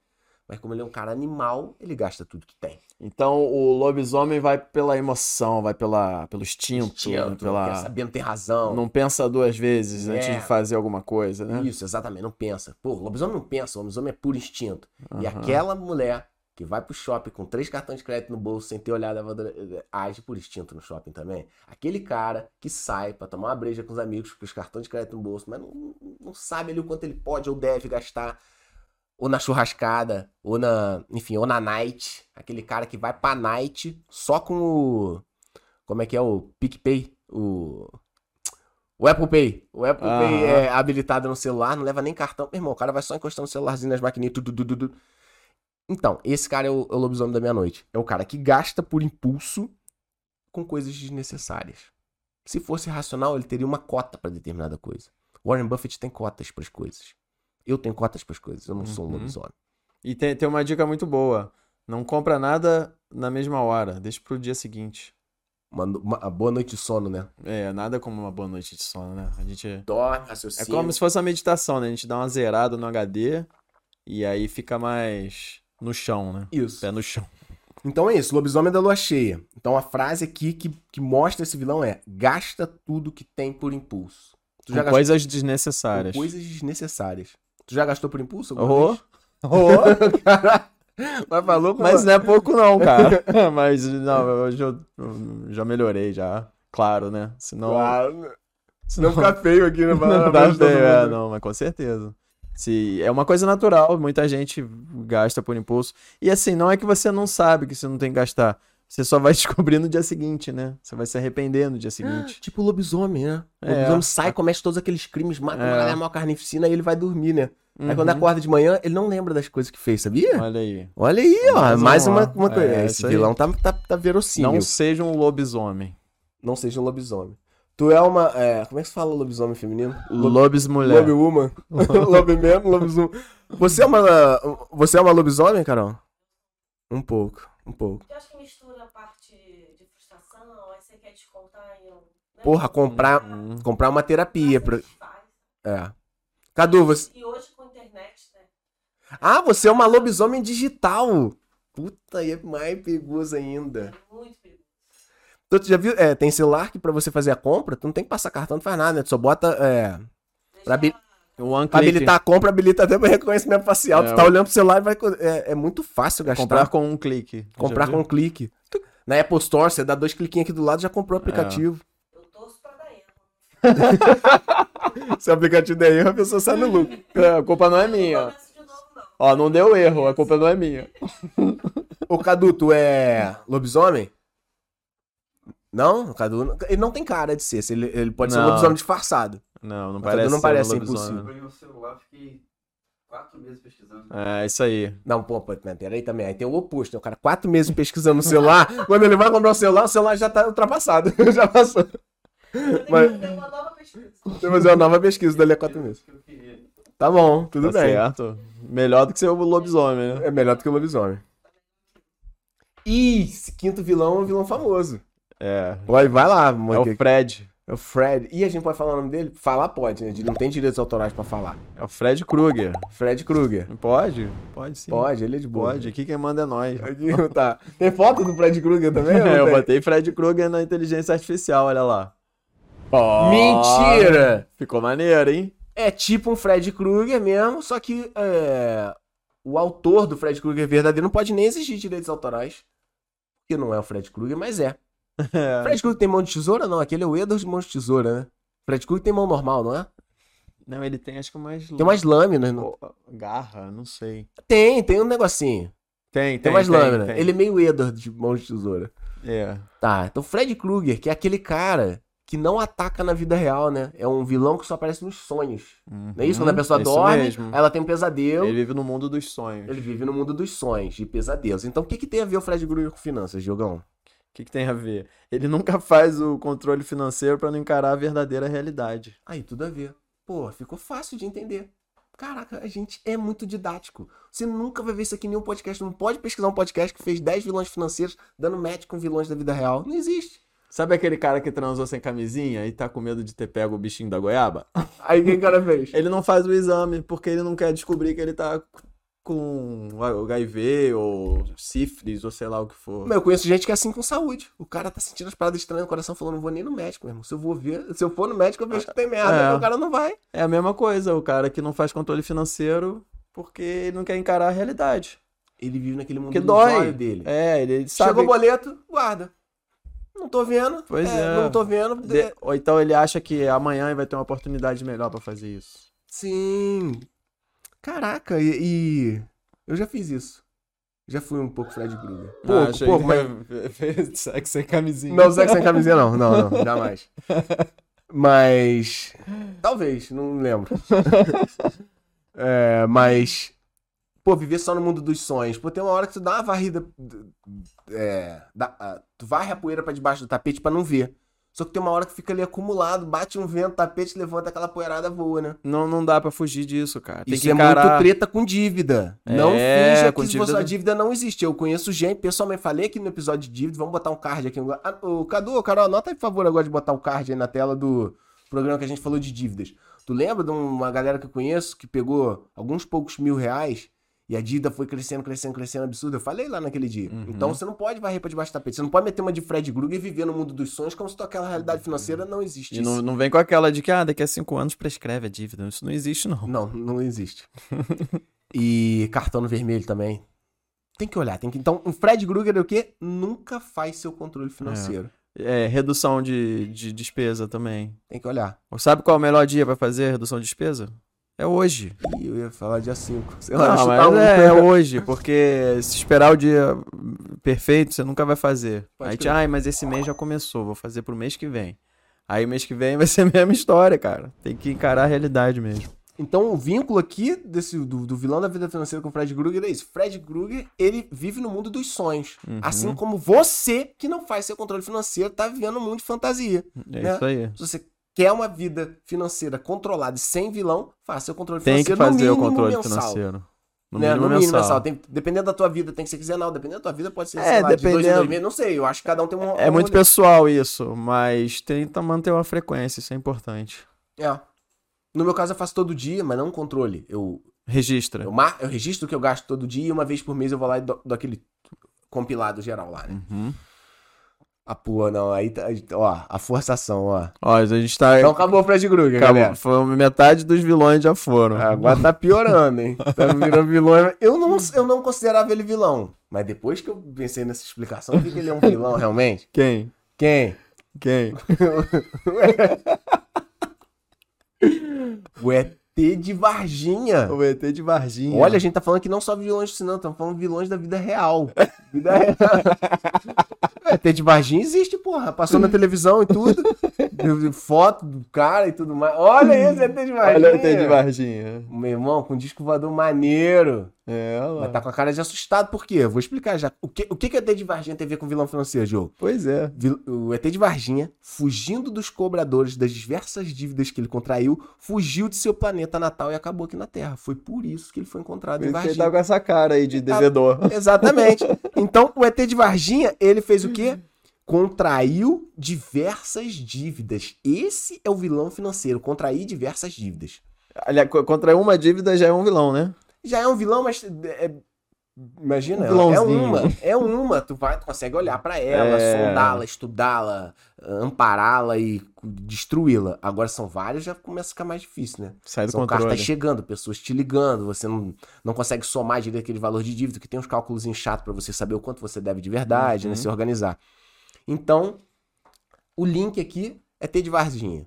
Speaker 1: Mas como ele é um cara animal, ele gasta tudo que tem.
Speaker 2: Então o lobisomem vai pela emoção, vai pela, pelo instinto, né? pela...
Speaker 1: quer saber, não tem razão.
Speaker 2: Não pensa duas vezes
Speaker 1: É.
Speaker 2: antes de fazer alguma coisa, né?
Speaker 1: Isso, exatamente, não pensa. Pô, o lobisomem não pensa, o lobisomem é puro instinto. E
Speaker 2: Aham.
Speaker 1: aquela mulher que vai pro shopping com três cartões de crédito no bolso sem ter olhado, ela age por instinto no shopping também. Aquele cara que sai pra tomar uma breja com os amigos com os cartões de crédito no bolso, mas não, não sabe ali o quanto ele pode ou deve gastar. Ou na churrascada, ou na. Enfim, ou na night. Aquele cara que vai pra night só com o. Como é que é o PicPay? O. O Apple Pay. O Apple Pay
Speaker 2: Aham.
Speaker 1: é habilitado no celular, não leva nem cartão. Meu irmão, o cara vai só encostando o celularzinho nas maquininhas. tu, tu, tu, tu, tu. Então, esse cara é o, é o lobisomem da meia-noite. É o cara que gasta por impulso com coisas desnecessárias. Se fosse racional, ele teria uma cota pra determinada coisa. Warren Buffett tem cotas pras coisas. Eu tenho cotas pras coisas, eu não sou um
Speaker 2: Uhum.
Speaker 1: lobisomem.
Speaker 2: E tem, tem uma dica muito boa. Não compra nada na mesma hora, deixa pro dia seguinte.
Speaker 1: Uma, no- uma- a boa noite de sono, né?
Speaker 2: É, nada como uma boa noite de sono, né? A gente. É
Speaker 1: Dorme, raciocínio.
Speaker 2: como se fosse uma meditação, né? A gente dá uma zerada no HD e aí fica mais no chão, né?
Speaker 1: Isso.
Speaker 2: Pé no chão.
Speaker 1: Então é isso, lobisomem da lua cheia. Então a frase aqui que, que mostra esse vilão é: gasta tudo que tem por impulso. Tu já
Speaker 2: Com
Speaker 1: gastou
Speaker 2: coisas
Speaker 1: por
Speaker 2: desnecessárias.
Speaker 1: coisas desnecessárias. Tu já gastou por impulso? alguma
Speaker 2: Oh,
Speaker 1: vez? Caraca. Mas falou com
Speaker 2: mas não é pouco, não, cara. mas não, hoje eu eu já melhorei, já. Claro, né? Senão.
Speaker 1: Claro.
Speaker 2: senão-
Speaker 1: Não Ah, fica feio aqui na
Speaker 2: Não,
Speaker 1: na
Speaker 2: dá
Speaker 1: frente de todo
Speaker 2: bem, é,
Speaker 1: mundo.
Speaker 2: não, mas com certeza. Se, é uma coisa natural, muita gente gasta por impulso. E assim, não é que você não sabe que você não tem que gastar. Você só vai descobrir no dia seguinte, né? Você vai se arrepender no dia seguinte.
Speaker 1: Tipo o lobisomem, né? O
Speaker 2: É.
Speaker 1: lobisomem sai, comete todos aqueles crimes, mata
Speaker 2: É.
Speaker 1: uma galera, maior carnificina e ele vai dormir, né? Aí quando é
Speaker 2: Uhum.
Speaker 1: acorda de manhã, ele não lembra das coisas que fez, sabia?
Speaker 2: Olha aí.
Speaker 1: Olha aí, ó.
Speaker 2: Mais
Speaker 1: Mais
Speaker 2: um,
Speaker 1: uma,
Speaker 2: ó.
Speaker 1: uma coisa.
Speaker 2: É,
Speaker 1: Esse
Speaker 2: isso aí.
Speaker 1: vilão tá, tá, tá verossímil.
Speaker 2: Não seja um lobisomem.
Speaker 1: não seja um lobisomem. Tu é uma. é, como é que se fala lobisomem feminino?
Speaker 2: Lobis mulher.
Speaker 1: Lobby woman. Lobby man, lobisomem. Você é uma. Você é uma lobisomem, Carol? Um pouco, um pouco.
Speaker 3: Eu acho que mistura a parte de frustração, aí você quer descontar em um. né?
Speaker 1: Porra, comprar,
Speaker 2: Hum.
Speaker 1: comprar uma terapia. Pra...
Speaker 3: Faz.
Speaker 1: É. Cadu, você.
Speaker 3: E hoje com a internet, né?
Speaker 1: Ah, você é uma lobisomem digital. Puta, e é mais perigoso ainda.
Speaker 3: É muito perigoso.
Speaker 1: Tu já viu? É, tem celular que pra você fazer a compra, tu não tem que passar cartão, não faz nada, né? Tu só bota. É, Pra bi-
Speaker 2: One
Speaker 1: pra
Speaker 2: click.
Speaker 1: habilitar a compra, habilita até o reconhecimento facial.
Speaker 2: É,
Speaker 1: tu tá
Speaker 2: o-
Speaker 1: olhando pro celular e vai. co- É, é muito fácil gastar.
Speaker 2: Comprar com um clique. Já
Speaker 1: Comprar
Speaker 2: viu?
Speaker 1: com um clique. Na Apple Store, você dá dois cliquinhos aqui do lado já
Speaker 2: É.
Speaker 1: comprou o aplicativo.
Speaker 3: Eu torço pra dar erro.
Speaker 1: Se o aplicativo der erro, a pessoa sai no lucro.
Speaker 2: É, a culpa não é
Speaker 3: Não
Speaker 2: minha.
Speaker 3: começo de novo, não.
Speaker 2: Ó, não deu erro, a culpa não é minha.
Speaker 1: Ô, Cadu, tu é lobisomem? Não, o Cadu. não- Ele não tem cara de ser. se Ele, ele pode ser um
Speaker 2: Não.
Speaker 1: lobisomem disfarçado.
Speaker 2: Não, não
Speaker 1: Mas
Speaker 2: parece.
Speaker 1: não
Speaker 2: ser
Speaker 1: parece
Speaker 2: um lobisomem.
Speaker 1: impossível.
Speaker 4: Eu ganhei um celular, fiquei quatro meses pesquisando.
Speaker 2: É, isso aí.
Speaker 1: Não, pô, pô, mas peraí também. Aí tem o oposto, né? O cara quatro meses pesquisando o celular. quando ele vai comprar o celular, o celular já tá ultrapassado. já passou.
Speaker 3: Eu tenho
Speaker 1: Mas-
Speaker 3: que fazer uma nova pesquisa.
Speaker 1: Tem que fazer uma nova pesquisa dali a quatro meses.
Speaker 4: Que eu queria.
Speaker 1: Tá bom, tudo
Speaker 2: tá
Speaker 1: bem.
Speaker 2: certo. Melhor do que ser o lobisomem, né?
Speaker 1: É melhor do que o lobisomem. Ih, esse quinto vilão é um vilão famoso.
Speaker 2: É.
Speaker 1: Vai, vai lá,
Speaker 2: É o
Speaker 1: Monkey.
Speaker 2: Fred.
Speaker 1: É o Fred. E a gente pode falar o nome dele? Falar pode, né? Não tem direitos autorais pra falar.
Speaker 2: É o Fred Krueger.
Speaker 1: Fred Krueger.
Speaker 2: Pode? Pode sim.
Speaker 1: Pode, ele é de boa.
Speaker 2: Pode. Aqui quem manda é nós.
Speaker 1: Aqui, tá. Tem foto do Fred Krueger também? ou não
Speaker 2: É, eu
Speaker 1: tem?
Speaker 2: botei Fred Krueger na inteligência artificial, olha lá.
Speaker 1: Mentira!
Speaker 2: Ficou maneiro, hein?
Speaker 1: É tipo um Fred Krueger mesmo, só que é, o autor do Fred Krueger verdadeiro não pode nem exigir direitos autorais. Porque não é o Fred Krueger, mas é.
Speaker 2: É.
Speaker 1: Fred Krueger tem mão de tesoura? Não, aquele é o Edward de mão de tesoura, né? Fred Krueger tem mão normal, não é?
Speaker 2: Não, ele tem acho que mais.
Speaker 1: Tem umas lâminas. Não...
Speaker 2: Garra, não sei.
Speaker 1: Tem, tem um negocinho.
Speaker 2: Tem,
Speaker 1: Tem, umas lâminas. Ele é meio Edward de mão de tesoura.
Speaker 2: É.
Speaker 1: Tá, então Fred Krueger, que é aquele cara que não ataca na vida real, né? É um vilão que só aparece nos sonhos. Não é isso? Quando a pessoa dorme, aí ela tem um pesadelo.
Speaker 2: Uhum. Ele
Speaker 1: Ele...
Speaker 2: vive no mundo dos sonhos. O
Speaker 1: vive no mundo dos sonhos e pesadelos. Então o que, que tem a ver o Fred Krueger com finanças, Diogão?
Speaker 2: que, que tem a ver? Ele nunca faz o controle financeiro pra não encarar a verdadeira realidade.
Speaker 1: Aí tudo a ver. Pô, ficou fácil de entender. Caraca, a gente é muito didático. Você nunca vai ver isso aqui em nenhum podcast. Não pode pesquisar um podcast que fez 10 vilões financeiros dando match com vilões da vida real. Não existe.
Speaker 2: Sabe aquele cara que transou sem camisinha e tá com medo de ter pego o bichinho da goiaba?
Speaker 1: Aí o que o cara fez?
Speaker 2: Ele não faz o exame porque ele não quer descobrir que ele tá com HIV ou sífilis ou sei lá o que for.
Speaker 1: Mas eu conheço gente que é assim com saúde. O cara tá sentindo as paradas estranhas no coração, falando, não vou nem no médico, meu irmão. Se eu vou ver, se eu for no médico, eu vejo que tem merda.
Speaker 2: É.
Speaker 1: Aí O cara não vai.
Speaker 2: É a mesma coisa, o cara que não faz controle financeiro porque ele não quer encarar a realidade.
Speaker 1: Ele vive naquele mundo
Speaker 2: Que dói.
Speaker 1: ilusório dele.
Speaker 2: É, ele sabe.
Speaker 1: Chegou o boleto, guarda. Não tô vendo.
Speaker 2: Pois é.
Speaker 1: Não tô vendo.
Speaker 2: de- Ou então ele acha que amanhã ele vai ter uma oportunidade melhor pra fazer isso.
Speaker 1: Sim. Caraca, e, e eu já fiz isso. Já fui um pouco Fred Krueger.
Speaker 2: Ah,
Speaker 1: Pouco,
Speaker 2: achei
Speaker 1: pouco, mas
Speaker 2: que fez sexo sem camisinha.
Speaker 1: Não, sexo sem camisinha não, não, não, jamais. Mas. Talvez, não lembro. É, mas. Pô, viver só no mundo dos sonhos. Pô, tem uma hora que tu dá uma varrida. É, dá- ah, tu varre a poeira pra debaixo do tapete pra não ver. Só que tem uma hora que fica ali acumulado, bate um vento, tapete, levanta aquela poeirada, voa, né?
Speaker 2: Não, não dá pra fugir disso, cara. Tem
Speaker 1: Isso
Speaker 2: que
Speaker 1: é muito
Speaker 2: encarar.
Speaker 1: treta com dívida. Não
Speaker 2: É,
Speaker 1: finja
Speaker 2: com
Speaker 1: que dívida...
Speaker 2: dívida
Speaker 1: sua
Speaker 2: não-
Speaker 1: dívida não existe. Eu conheço gente, pessoalmente falei aqui no episódio de dívida, vamos botar um card aqui. Ah, ô, Cadu, Carol, anota aí, por favor agora de botar o card aí na tela do programa que a gente falou de dívidas. Tu lembra de uma galera que eu conheço que pegou alguns poucos mil reais e a dívida foi crescendo, crescendo, crescendo, absurdo? Eu falei lá naquele dia.
Speaker 2: Uhum.
Speaker 1: Então você não pode varrer pra debaixo do tapete. Você não pode meter uma de Fred Krueger e viver no mundo dos sonhos como se tua aquela realidade financeira não existisse.
Speaker 2: Uhum. E não, não vem com aquela de que, ah, daqui a cinco anos prescreve a dívida. Isso não existe, não.
Speaker 1: Não, não existe. e cartão no vermelho também. Tem que olhar, tem que. Então, o Fred Krueger é o quê? Nunca faz seu controle financeiro.
Speaker 2: É, redução de, de despesa também.
Speaker 1: Tem que olhar.
Speaker 2: Sabe qual é o melhor dia pra fazer redução de despesa? É hoje.
Speaker 1: Ih, eu ia falar dia 5. Sei lá,
Speaker 2: Não,
Speaker 1: chutar
Speaker 2: mas
Speaker 1: um.
Speaker 2: é, é hoje, porque se esperar o dia perfeito, você nunca vai fazer.
Speaker 1: Pode
Speaker 2: Aí, te,
Speaker 1: crer.
Speaker 2: ai, mas esse mês já começou, vou fazer pro mês que vem. Aí, mês que vem vai ser a mesma história, cara. Tem que encarar a realidade mesmo.
Speaker 1: Então, o vínculo aqui desse, do, do vilão da vida financeira com o Fred Krueger é isso. Fred Krueger, ele vive no mundo dos sonhos.
Speaker 2: Uhum.
Speaker 1: Assim como você, que não faz seu controle financeiro, tá vivendo um mundo de fantasia.
Speaker 2: É
Speaker 1: né?
Speaker 2: isso aí.
Speaker 1: Se você quer uma vida financeira controlada e sem vilão, faça seu controle
Speaker 2: Tem que
Speaker 1: financeiro no
Speaker 2: fazer o
Speaker 1: mínimo
Speaker 2: controle
Speaker 1: mensal.
Speaker 2: financeiro. No
Speaker 1: né?
Speaker 2: mínimo,
Speaker 1: no mínimo
Speaker 2: mensal.
Speaker 1: mensal. Tem- dependendo da tua vida, tem que ser quinzenal. Dependendo da tua vida, pode ser,
Speaker 2: É,
Speaker 1: sei lá, de dois em dois
Speaker 2: dependendo.
Speaker 1: meses. Não sei, eu acho que cada um tem um...
Speaker 2: É
Speaker 1: um
Speaker 2: muito
Speaker 1: rolê.
Speaker 2: pessoal isso, mas tenta manter uma frequência, isso é importante.
Speaker 1: É. No meu caso, eu faço todo dia, mas não um controle. Eu,
Speaker 2: Registra.
Speaker 1: eu, mar... eu registro o que eu gasto todo dia e uma vez por mês eu vou lá e dou, dou aquele compilado geral lá, né?
Speaker 2: Uhum.
Speaker 1: Ah, pô, não. Aí, tá- ó, a forçação, ó.
Speaker 2: Ó, a gente tá.
Speaker 1: Então acabou o Fred Krueger,
Speaker 2: Acabou.
Speaker 1: galera.
Speaker 2: Foi metade dos vilões já foram.
Speaker 1: Agora tá piorando, hein? Tá virando vilão. Eu não, eu não considerava ele vilão. Mas depois que eu pensei nessa explicação, eu vi que ele é um vilão, realmente.
Speaker 2: Quem?
Speaker 1: Quem?
Speaker 2: Quem?
Speaker 1: O ET de Varginha.
Speaker 2: O ET de Varginha.
Speaker 1: Olha, a gente tá falando que não só vilões do cinema, estamos falando vilões da vida real. Vida real. É, ET de Varginha existe, porra. Passou na televisão e tudo. Deu- deu Foto do cara e tudo mais. Olha isso, ET de Varginha.
Speaker 2: Olha o ET de Varginha.
Speaker 1: Meu irmão, com um disco voador maneiro.
Speaker 2: É,
Speaker 1: Mas
Speaker 2: lá.
Speaker 1: tá com a cara de assustado, por quê? Eu vou explicar já. O que, o que, que o ET de Varginha tem a ver com vilão financeiro, Diogo?
Speaker 2: Pois é.
Speaker 1: Vil- O ET de Varginha, fugindo dos cobradores das diversas dívidas que ele contraiu, fugiu de seu planeta natal e acabou aqui na Terra. Foi por isso que ele foi encontrado
Speaker 2: Por
Speaker 1: em
Speaker 2: isso que ele
Speaker 1: Varginha.
Speaker 2: tá com essa cara aí de devedor.
Speaker 1: Exatamente. Então, o ET de Varginha, ele fez o quê? Contraiu diversas dívidas. Esse é o vilão financeiro, contrair diversas dívidas.
Speaker 2: Aliás, co- contra uma dívida já é um vilão, né?
Speaker 1: Já é um vilão, mas é- imagina,
Speaker 2: Um
Speaker 1: é
Speaker 2: vilãozinho.
Speaker 1: uma, é uma, tu vai, tu consegue olhar pra ela,
Speaker 2: É.
Speaker 1: sondá-la, estudá-la, ampará-la e destruí-la. Agora são vários, já começa a ficar mais difícil, né?
Speaker 2: Sai do
Speaker 1: São
Speaker 2: controle.
Speaker 1: cartas chegando, pessoas te ligando, você não, não consegue somar direito aquele valor de dívida, que tem uns cálculos chato pra você saber o quanto você deve de verdade, né?
Speaker 2: Uhum.
Speaker 1: Se organizar. Então, o link aqui é ter de Varginha.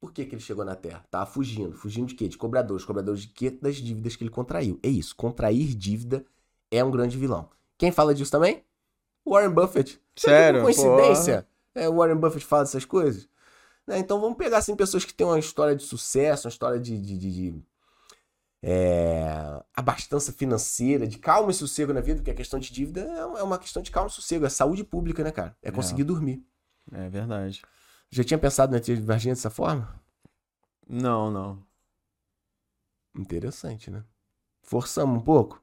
Speaker 1: Por que, que ele chegou na Terra? Tava fugindo. Fugindo de quê? De cobradores. Cobradores de quê? Das dívidas que ele contraiu. É isso. Contrair dívida é um grande vilão. Quem fala disso também? Warren Buffett. Você viu
Speaker 2: Sério?
Speaker 1: que coincidência? É, o Warren Buffett fala dessas coisas. Né, Então vamos pegar assim, pessoas que têm uma história de sucesso, uma história de, de, de- de, é, abastança financeira, de calma e sossego na vida, porque a questão de dívida é uma- é uma questão de calma e sossego, é saúde pública, né, cara? É conseguir dormir.
Speaker 2: Pô, É verdade.
Speaker 1: Já tinha pensado na de Varginha dessa forma?
Speaker 2: Não, não.
Speaker 1: Interessante, né? Forçamos um pouco?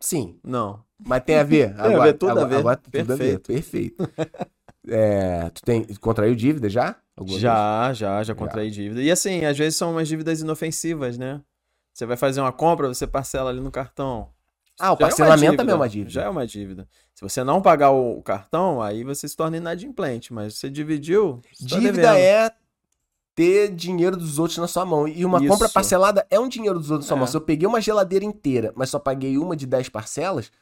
Speaker 1: Sim,
Speaker 2: Não.
Speaker 1: mas tem a ver.
Speaker 2: a ver,
Speaker 1: Agora,
Speaker 2: tudo a
Speaker 1: agora,
Speaker 2: ver.
Speaker 1: agora tudo a ver. Perfeito. É, tu tem, contraiu dívida já? Alguma vez?
Speaker 2: Já, já, já contraí dívida. E assim, às vezes são umas dívidas inofensivas, né? Você vai fazer uma compra, você parcela ali no cartão.
Speaker 1: Ah, o
Speaker 2: Já é uma
Speaker 1: parcelamento também é uma dívida.
Speaker 2: Já é uma dívida. Se você não pagar o o cartão, aí você se torna inadimplente, mas você dividiu. você tá
Speaker 1: Dívida
Speaker 2: devendo.
Speaker 1: é ter dinheiro dos outros na sua mão. E uma
Speaker 2: Isso.
Speaker 1: compra parcelada é um dinheiro dos outros na sua
Speaker 2: É.
Speaker 1: mão. Se eu peguei uma geladeira inteira, mas só paguei uma de 10 parcelas,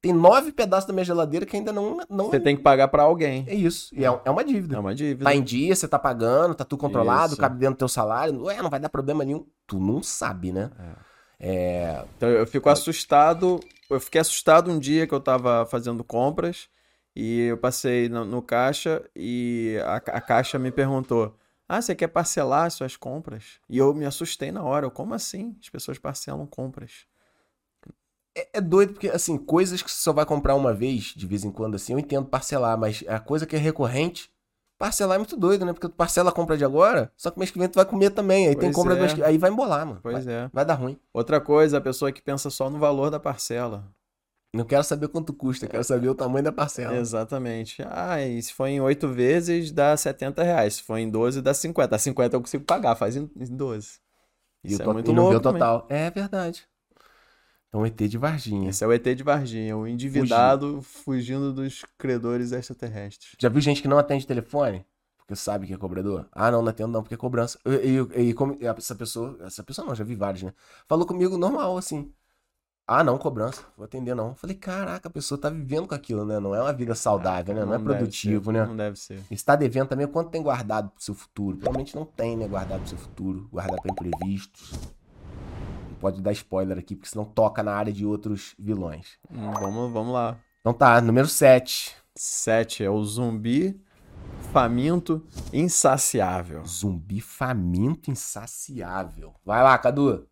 Speaker 1: tem nove pedaços da minha geladeira que ainda não. não...
Speaker 2: Você tem que pagar pra alguém.
Speaker 1: É isso. E é, é uma dívida.
Speaker 2: É uma dívida.
Speaker 1: Tá em dia, você tá pagando, tá tudo controlado,
Speaker 2: Isso.
Speaker 1: cabe dentro do teu salário. Ué, não vai dar problema nenhum. Tu não sabe, né?
Speaker 2: Então eu fico assustado. Eu fiquei assustado um dia que eu tava fazendo compras e eu passei no, no caixa e a, ca- a caixa me perguntou: Ah, você quer parcelar as suas compras? E eu me assustei na hora. Eu, Como assim? As pessoas parcelam compras.
Speaker 1: É- É doido, porque, assim, coisas que você só vai comprar uma vez, de vez em quando, assim, eu entendo parcelar, mas a coisa que é recorrente, parcelar é muito doido, né? Porque tu parcela a compra de agora, só que mês que vem tu vai comer também. Aí tem
Speaker 2: Pois
Speaker 1: compra do
Speaker 2: é.
Speaker 1: mês que... Aí vai embolar, mano.
Speaker 2: Pois
Speaker 1: vai,
Speaker 2: é.
Speaker 1: vai dar ruim.
Speaker 2: Outra coisa, a pessoa que pensa só no valor da parcela.
Speaker 1: Não quero saber quanto custa,
Speaker 2: É.
Speaker 1: quero saber o tamanho da parcela.
Speaker 2: Exatamente. Ah, e se for em oito vezes, dá R$ 70 reais. Se for em 12, dá 50. A 50 eu consigo pagar, faz em em 12.
Speaker 1: E, o
Speaker 2: Isso é
Speaker 1: to-
Speaker 2: muito
Speaker 1: e não vê
Speaker 2: louco
Speaker 1: o
Speaker 2: também.
Speaker 1: total. É verdade. É um ET de Varginha.
Speaker 2: Esse é o ET de Varginha, o endividado fugindo dos credores extraterrestres.
Speaker 1: Já viu gente que não atende telefone? Porque sabe que é cobrador? Ah, não, não atendo não, porque é cobrança. E, e- e como- e essa pessoa, essa pessoa não, já vi vários, né? Falou comigo normal, assim. Ah, não, cobrança, vou atender não. Falei, caraca, a pessoa tá vivendo com aquilo, né? Não é uma vida saudável, né? Não é
Speaker 2: deve
Speaker 1: produtivo,
Speaker 2: ser,
Speaker 1: né?
Speaker 2: Não deve ser.
Speaker 1: E se tá devendo também, quanto tem guardado pro seu futuro? Provavelmente não tem, né? Guardado pro seu futuro, guardado pra imprevistos. Não pode dar spoiler aqui, porque senão toca na área de outros vilões.
Speaker 2: Hum, Vamos, vamos lá.
Speaker 1: Então tá, número 7.
Speaker 2: 7 é o zumbi faminto, insaciável.
Speaker 1: Zumbi faminto insaciável. Vai lá, Cadu.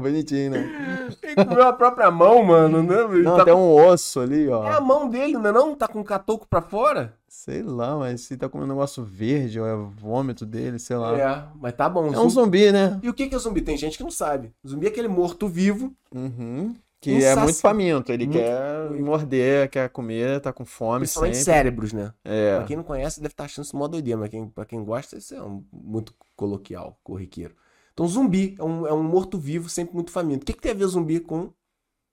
Speaker 2: Bonitinho, né?
Speaker 1: Ele comeu a própria mão, mano, né? Ele
Speaker 2: Não,
Speaker 1: tá-
Speaker 2: tem um osso ali,
Speaker 1: É a
Speaker 2: ó.
Speaker 1: mão dele, não é não? Tá com o catoco pra fora?
Speaker 2: Sei lá, mas se tá comendo um negócio verde, ou é vômito dele, sei lá.
Speaker 1: É, mas tá bom.
Speaker 2: Ah. É um zumbi, né?
Speaker 1: E o que que é zumbi? Tem gente que não sabe. Zumbi é aquele morto-vivo
Speaker 2: Uhum. Que
Speaker 1: Um
Speaker 2: é
Speaker 1: saci-
Speaker 2: muito faminto. Ele
Speaker 1: Muito
Speaker 2: quer morder, quer comer, tá com fome
Speaker 1: Principalmente
Speaker 2: sempre.
Speaker 1: cérebros, né?
Speaker 2: É.
Speaker 1: Pra quem não conhece, deve estar achando isso mó doideira, mas quem, pra quem gosta, isso é um- muito coloquial, corriqueiro. Então, zumbi é um, é um morto-vivo, sempre muito faminto. O que, que tem a ver zumbi com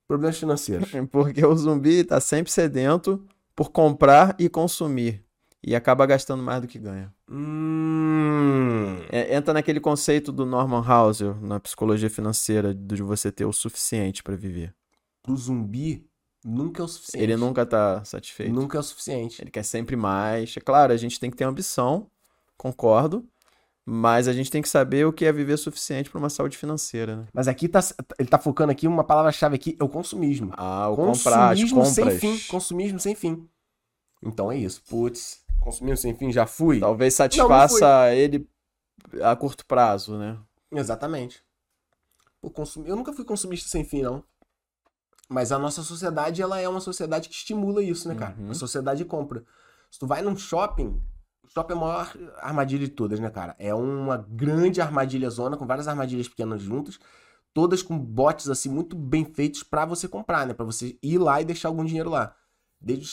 Speaker 1: problemas financeiros?
Speaker 2: Porque o zumbi tá sempre sedento por comprar e consumir. E acaba gastando mais do que ganha.
Speaker 1: hum.
Speaker 2: É, entra naquele conceito do Norman Hauser na psicologia financeira de você ter o suficiente pra viver.
Speaker 1: Pro zumbi, nunca é o suficiente.
Speaker 2: Ele nunca tá satisfeito.
Speaker 1: Nunca é o suficiente.
Speaker 2: Ele quer sempre mais. É claro, a gente tem que ter ambição, concordo. Mas a gente tem que saber o que é viver suficiente pra uma saúde financeira, né?
Speaker 1: Mas aqui tá, ele tá focando aqui uma palavra-chave aqui, é o consumismo.
Speaker 2: Ah, o comprar, as
Speaker 1: consumismo
Speaker 2: compras.
Speaker 1: sem fim. Consumismo sem fim. Então é isso. Putz, consumismo sem fim, já fui?
Speaker 2: Talvez
Speaker 1: não
Speaker 2: satisfaça ele a curto prazo, né?
Speaker 1: Exatamente. Pô, consumi- Eu nunca fui consumista sem fim, não. Mas a nossa sociedade, ela é uma sociedade que estimula isso, né, cara?
Speaker 2: Uhum.
Speaker 1: A sociedade compra. Se tu vai num shopping, o shopping é a maior armadilha de todas, né, cara? É uma grande armadilha zona, com várias armadilhas pequenas juntas, todas com botes, assim, muito bem feitos pra você comprar, né? Pra você ir lá e deixar algum dinheiro lá. Desde o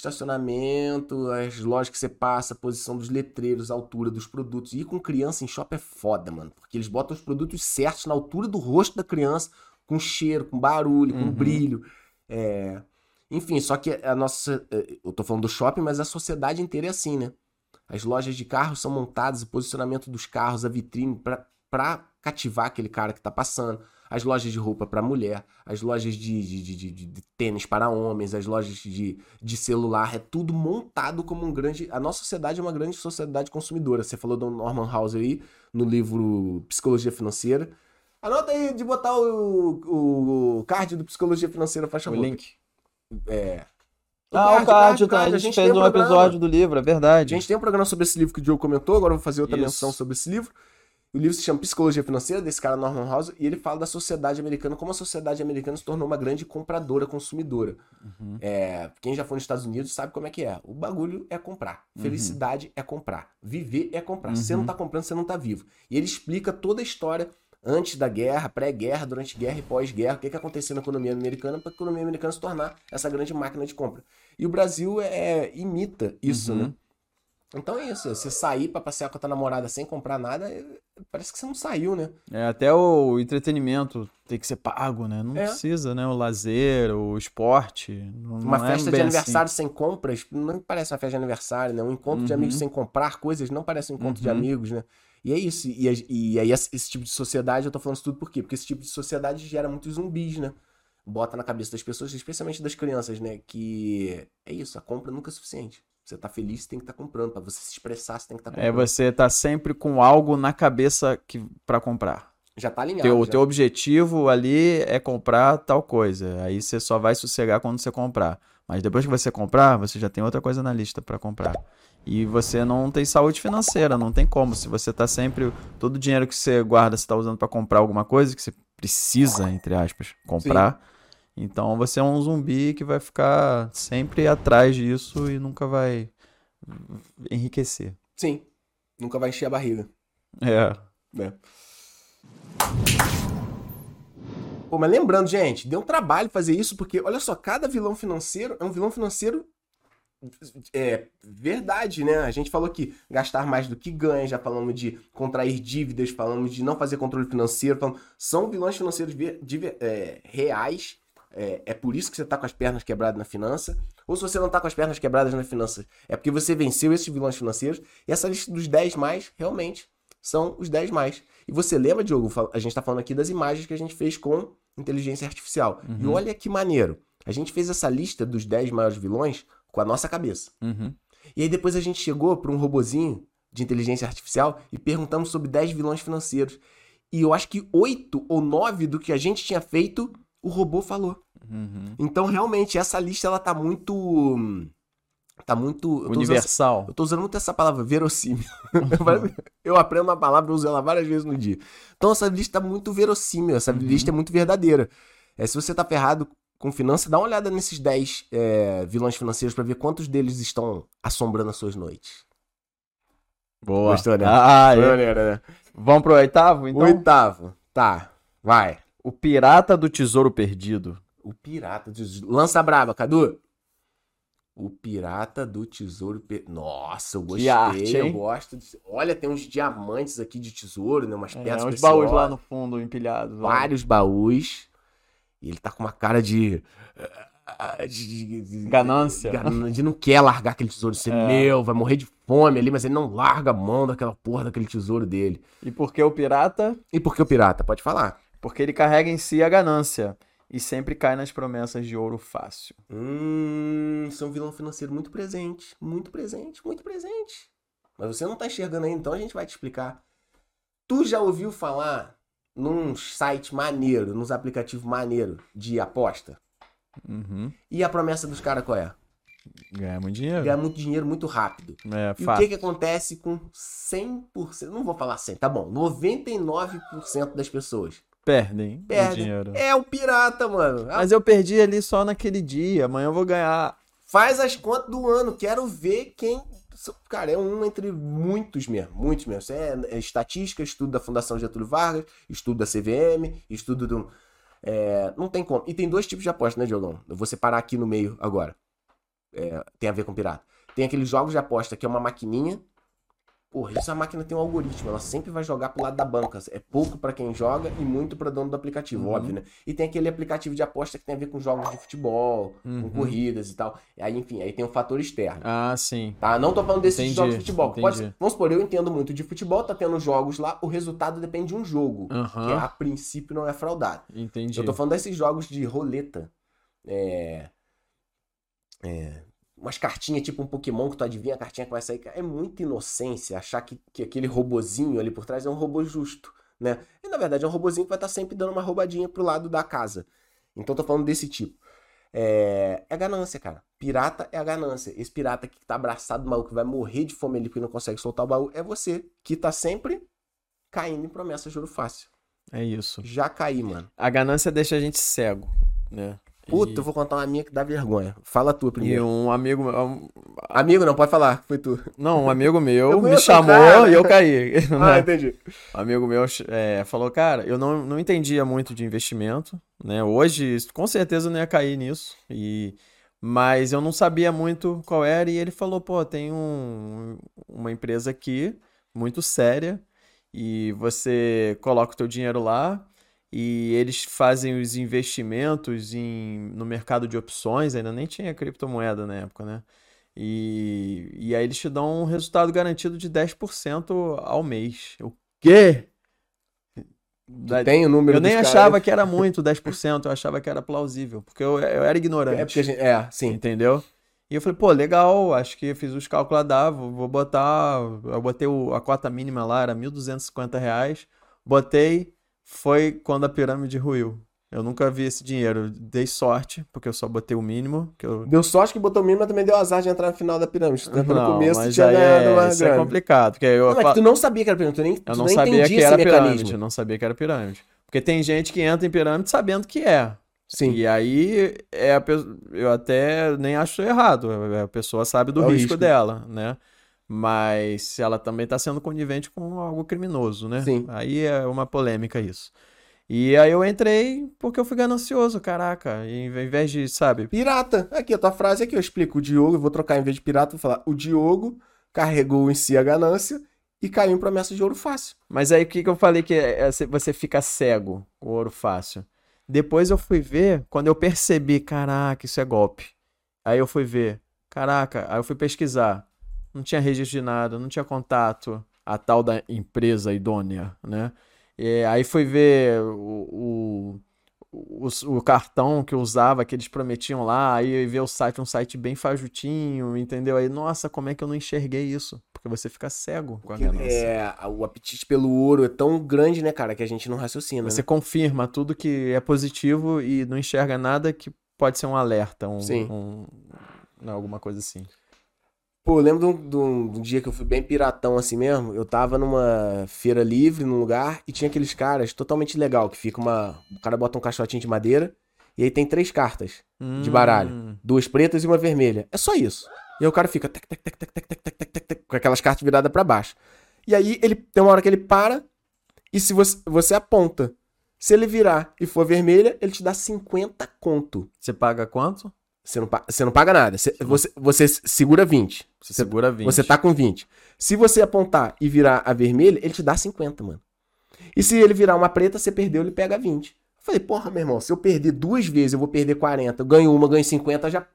Speaker 1: estacionamento, as lojas que você passa, a posição dos letreiros, a altura dos produtos. Ir com criança em shopping é foda, mano. Porque eles botam os produtos certos na altura do rosto da criança, com cheiro, com barulho, com
Speaker 2: Uhum.
Speaker 1: brilho. É, Enfim, só que a nossa. eh, Eu tô falando do shopping, mas a sociedade inteira é assim, né? As lojas de carros são montadas, o posicionamento dos carros, a vitrine, pra, pra cativar aquele cara que tá passando. As lojas de roupa pra mulher, as lojas de, de- de- de- de- de tênis para homens, as lojas de, de celular, é tudo montado como um grande. A nossa sociedade é uma grande sociedade consumidora. Você falou do Norman Hauser aí, no livro Psicologia Financeira. Anota aí de botar o, o, o card do Psicologia Financeira, faz
Speaker 2: O
Speaker 1: favor.
Speaker 2: link.
Speaker 1: É.
Speaker 2: Ah, o card, tá? a gente, fez
Speaker 1: tem
Speaker 2: um
Speaker 1: programa.
Speaker 2: episódio do livro, é
Speaker 1: A
Speaker 2: verdade.
Speaker 1: gente tem um programa sobre esse livro que o Diogo comentou, agora eu vou fazer outra
Speaker 2: Isso.
Speaker 1: menção sobre esse livro. O livro se chama Psicologia Financeira, desse cara Norman House, e ele fala da sociedade americana, como a sociedade americana se tornou uma grande compradora, consumidora.
Speaker 2: Uhum.
Speaker 1: É, quem já foi nos Estados Unidos sabe como é que é. O bagulho é comprar.
Speaker 2: Uhum.
Speaker 1: Felicidade é comprar. Viver é comprar.
Speaker 2: Uhum.
Speaker 1: Se você não tá comprando, você não tá vivo. E ele explica toda a história antes da guerra, pré-guerra, durante guerra e pós-guerra, o que, que aconteceu na economia americana para a economia americana se tornar essa grande máquina de compra. E o Brasil é, imita isso,
Speaker 2: Uhum.
Speaker 1: né? Então é isso. Você sair para passear com a tua namorada sem comprar nada, é- parece que você não saiu, né?
Speaker 2: É, até o entretenimento tem que ser pago, né? Não
Speaker 1: É.
Speaker 2: precisa, né? O lazer, o esporte. Não,
Speaker 1: Uma
Speaker 2: não é
Speaker 1: festa de
Speaker 2: bem
Speaker 1: aniversário sem compras não parece uma festa de aniversário, né? Um encontro de
Speaker 2: Uhum.
Speaker 1: amigos sem comprar coisas não parece um encontro de
Speaker 2: Uhum.
Speaker 1: amigos, né? E é isso. E, a- e aí esse esse tipo de sociedade, eu tô falando isso tudo por quê? Porque esse tipo de sociedade gera muitos zumbis, né? Bota na cabeça das pessoas, especialmente das crianças, né? Que é isso, a compra nunca é suficiente. Você tá feliz, você tem que estar comprando. Pra você se expressar, você tem que estar
Speaker 2: assim. É
Speaker 1: comprando.
Speaker 2: você tá sempre com algo na cabeça que para comprar.
Speaker 1: Já tá alinhado.
Speaker 2: Teu, o
Speaker 1: já.
Speaker 2: teu objetivo ali é comprar tal coisa. Aí você só vai sossegar quando você comprar. Mas depois que você comprar, você já tem outra coisa na lista para comprar. E você não tem saúde financeira, não tem como. Se você tá sempre. Todo o dinheiro que você guarda, você tá usando para comprar alguma coisa que você precisa, entre aspas, comprar. Então você é um zumbi que vai ficar sempre atrás disso e nunca vai enriquecer.
Speaker 1: Sim. Nunca vai encher a barriga.
Speaker 2: É.
Speaker 1: Pô, mas lembrando, gente, deu um trabalho fazer isso, porque olha só, cada vilão financeiro é um vilão financeiro. É verdade, né? A gente falou que gastar mais do que ganha, já falamos de contrair dívidas, falamos de não fazer controle financeiro, falamos, são vilões financeiros ver- de ver- é, reais. É, é por isso que você tá com as pernas quebradas na finança. Ou se você não tá com as pernas quebradas na finança, é porque você venceu esses vilões financeiros. E essa lista dos 10 mais, realmente, são os 10 mais. E você lembra, Diogo, fal- a gente tá falando aqui das imagens que a gente fez com inteligência artificial. E
Speaker 2: Uhum.
Speaker 1: olha que maneiro. A gente fez essa lista dos 10 maiores vilões com a nossa cabeça.
Speaker 2: Uhum.
Speaker 1: E aí depois a gente chegou para um robozinho de inteligência artificial e perguntamos sobre 10 vilões financeiros. E eu acho que 8 ou 9 do que a gente tinha feito, o robô falou.
Speaker 2: Uhum.
Speaker 1: Então, realmente, essa lista ela tá muito. Tá muito. Eu tô, usando,
Speaker 2: Universal.
Speaker 1: eu tô usando muito essa palavra, verossímil. Mas eu aprendo uma palavra, eu uso ela várias vezes no dia. Então, essa lista tá muito verossímil, essa
Speaker 2: Uhum.
Speaker 1: lista é muito verdadeira. É, se você tá ferrado com finança, dá uma olhada nesses 10 é, vilões financeiros pra ver quantos deles estão assombrando as suas noites.
Speaker 2: Boa.
Speaker 1: Gostou, né?
Speaker 2: Ah, é.
Speaker 1: Maneiro, né?
Speaker 2: Vamos pro oitavo, então?
Speaker 1: Oitavo. Tá, vai.
Speaker 2: O Pirata do Tesouro Perdido.
Speaker 1: O Pirata do Tesouro. Lança braba, Cadu. O Pirata do Tesouro. Pe- Nossa, eu gostei.
Speaker 2: arte,
Speaker 1: eu
Speaker 2: hein?
Speaker 1: gosto. de- Olha, tem uns diamantes aqui de tesouro, né? Umas
Speaker 2: É,
Speaker 1: pedras.
Speaker 2: uns
Speaker 1: preciosas,
Speaker 2: baús lá no fundo, empilhados. lá.
Speaker 1: Vários baús. E ele tá com uma cara de. ah, De, de-
Speaker 2: Ganância.
Speaker 1: ganan- de não quer largar aquele tesouro de ser
Speaker 2: É.
Speaker 1: meu, vai morrer de fome ali, mas ele não larga a mão daquela porra daquele tesouro dele.
Speaker 2: E por que o pirata?
Speaker 1: E por que o pirata? Pode falar.
Speaker 2: Porque ele carrega em si a ganância. E sempre cai nas promessas de ouro fácil.
Speaker 1: Hum, isso é um vilão financeiro muito presente. Muito presente, muito presente. Mas você não tá enxergando ainda, então a gente vai te explicar. Tu já ouviu falar num site maneiro, nos aplicativos maneiro de aposta?
Speaker 2: Uhum.
Speaker 1: E a promessa dos caras qual é?
Speaker 2: Ganhar muito dinheiro.
Speaker 1: Ganhar muito dinheiro muito rápido.
Speaker 2: É,
Speaker 1: E o
Speaker 2: fato.
Speaker 1: que, que acontece com 100%, não vou falar 100, tá bom, 99% das pessoas?
Speaker 2: Perdem, o
Speaker 1: Perdem.
Speaker 2: dinheiro.
Speaker 1: É o pirata, mano. Ah,
Speaker 2: Mas eu perdi ali só naquele dia. Amanhã eu vou ganhar.
Speaker 1: Faz as contas do ano. Quero ver quem. Cara, é um entre muitos mesmo. Muitos mesmo. Isso é, é estatística, estudo da Fundação Getúlio Vargas, estudo da CVM, estudo do. é, não tem como. E tem dois tipos de aposta, né, Diogão? Eu vou separar aqui no meio agora. É, tem a ver com pirata. Tem aqueles jogos de aposta que é uma maquininha. Porra, isso a máquina tem um algoritmo, ela sempre vai jogar pro lado da banca. É pouco pra quem joga e muito pra dono do aplicativo,
Speaker 2: Uhum.
Speaker 1: óbvio, né? E tem aquele aplicativo de aposta que tem a ver com jogos de futebol,
Speaker 2: Uhum.
Speaker 1: com corridas e tal. Aí, enfim, aí tem um fator externo.
Speaker 2: Ah, sim.
Speaker 1: Tá? Não tô falando desses
Speaker 2: Entendi,
Speaker 1: jogos de futebol. que pode-
Speaker 2: entendi.
Speaker 1: vamos supor, eu entendo muito de futebol, tá tendo jogos lá, o resultado depende de um jogo. Que
Speaker 2: Aham.
Speaker 1: a princípio não é fraudado.
Speaker 2: Entendi.
Speaker 1: Eu tô falando desses jogos de roleta. É. é, Umas cartinhas tipo um Pokémon que tu adivinha a cartinha que vai sair. É muita inocência achar que, que aquele robozinho ali por trás é um robô justo, né? E na verdade é um robozinho que vai estar sempre dando uma roubadinha pro lado da casa. Então eu tô falando desse tipo. É, é ganância, cara. Pirata é a ganância. Esse pirata que tá abraçado do baú, que vai morrer de fome ali porque não consegue soltar o baú, é você que tá sempre caindo em promessa, juro fácil.
Speaker 2: É isso.
Speaker 1: Já caí, mano.
Speaker 2: A ganância deixa a gente cego, né?
Speaker 1: Puta,
Speaker 2: E-
Speaker 1: eu vou contar uma minha que dá vergonha. Fala a tua
Speaker 2: E
Speaker 1: primeiro.
Speaker 2: um amigo, um-
Speaker 1: Amigo, não, pode falar. Foi tu.
Speaker 2: não, um amigo meu
Speaker 1: Eu
Speaker 2: me
Speaker 1: conheço o
Speaker 2: chamou
Speaker 1: cara.
Speaker 2: e eu caí.
Speaker 1: Ah, entendi.
Speaker 2: Um amigo meu é, falou, cara, eu não, não entendia muito de investimento, né? Hoje, com certeza, eu não ia cair nisso. E... Mas eu não sabia muito qual era, e ele falou, pô, tem um, uma empresa aqui, muito séria, e você coloca o teu dinheiro lá, e eles fazem os investimentos em, no mercado de opções, ainda nem tinha criptomoeda na época, né? E, e aí eles te dão um resultado garantido de 10% ao mês. Eu Quê? Da-
Speaker 1: Tem o número
Speaker 2: Eu nem
Speaker 1: dos caras.
Speaker 2: achava que era muito 10%, eu achava que era plausível, porque eu, eu era ignorante,
Speaker 1: É, porque a gente... é, sim.
Speaker 2: entendeu? E eu falei, pô, legal, acho que eu fiz os cálculos lá, dá, vou, vou botar, eu botei o- a cota mínima lá, era R$ 1.250, reais, botei, foi quando a pirâmide ruiu. Eu nunca vi esse dinheiro, dei sorte, porque eu só botei o mínimo, que eu
Speaker 1: Deu sorte que botou o mínimo, mas também deu azar de entrar no final da pirâmide. Tu entrou no
Speaker 2: Não,
Speaker 1: começo, tu
Speaker 2: mas
Speaker 1: tinha
Speaker 2: aí
Speaker 1: ganhado
Speaker 2: é,
Speaker 1: uma
Speaker 2: isso é
Speaker 1: grana.
Speaker 2: complicado, porque eu,
Speaker 1: Não, é
Speaker 2: fa-
Speaker 1: que tu não sabia que era pirâmide, tu nem,
Speaker 2: eu
Speaker 1: tu
Speaker 2: não
Speaker 1: nem
Speaker 2: sabia
Speaker 1: entendia
Speaker 2: que
Speaker 1: esse
Speaker 2: era pirâmide, eu
Speaker 1: mecanismo.
Speaker 2: não sabia que era pirâmide. Porque tem gente que entra em pirâmide sabendo que é.
Speaker 1: Sim.
Speaker 2: E aí é a pe- eu até nem acho errado, a pessoa sabe do
Speaker 1: É o
Speaker 2: risco,
Speaker 1: risco.
Speaker 2: dela, né? Mas se ela também está sendo conivente com algo criminoso, né?
Speaker 1: Sim.
Speaker 2: Aí é uma polêmica isso. E aí eu entrei porque eu fui ganancioso, caraca. E em vez de, sabe,
Speaker 1: Pirata. Aqui, a tua frase aqui, eu explico. O Diogo, eu vou trocar em vez de pirata, vou falar. O Diogo carregou em si a ganância e caiu em promessa de ouro fácil.
Speaker 2: Mas aí o que, que eu falei que é- é se- você fica cego com o ouro fácil? Depois eu fui ver, quando eu percebi, caraca, isso é golpe. Aí eu fui ver, caraca, aí eu fui pesquisar. Não tinha registro de nada, não tinha contato. A tal da empresa idônea, né? E aí fui ver o, o, o cartão que eu usava, que eles prometiam lá, aí ver o site, um site bem fajutinho, entendeu? Aí, nossa, como é que eu não enxerguei isso? Porque você fica cego com a ganância.
Speaker 1: É, o apetite pelo ouro é tão grande, né, cara, que a gente não raciocina. né?
Speaker 2: Você confirma tudo que é positivo e não enxerga nada que pode ser um alerta, um,
Speaker 1: Sim.
Speaker 2: um- né, alguma coisa assim.
Speaker 1: Pô, eu lembro de um, de um- de um dia que eu fui bem piratão assim mesmo. Eu tava numa feira livre, num lugar, e tinha aqueles caras totalmente legal, que fica uma. O cara bota um caixotinho de madeira, e aí tem três cartas. De baralho.
Speaker 2: Hum,
Speaker 1: Duas pretas e uma vermelha. É só isso. E aí o cara fica tec, tec, tec, tec, tec, tec, tec, tec, tec, tec, com aquelas cartas viradas pra baixo. E aí ele tem uma hora que ele para e se você, você aponta. Se ele virar e for vermelha, ele te dá 50 conto.
Speaker 2: Você paga quanto?
Speaker 1: Você não, pa- você não paga nada. Você, você, você segura 20.
Speaker 2: Você segura 20.
Speaker 1: Você tá com 20. Se você apontar e virar a vermelha, ele te dá 50, mano. E se ele virar uma preta, você perdeu, ele pega 20. Eu falei, porra, meu irmão, se eu perder duas vezes, eu vou perder 40. Eu ganho uma, ganho 50, já.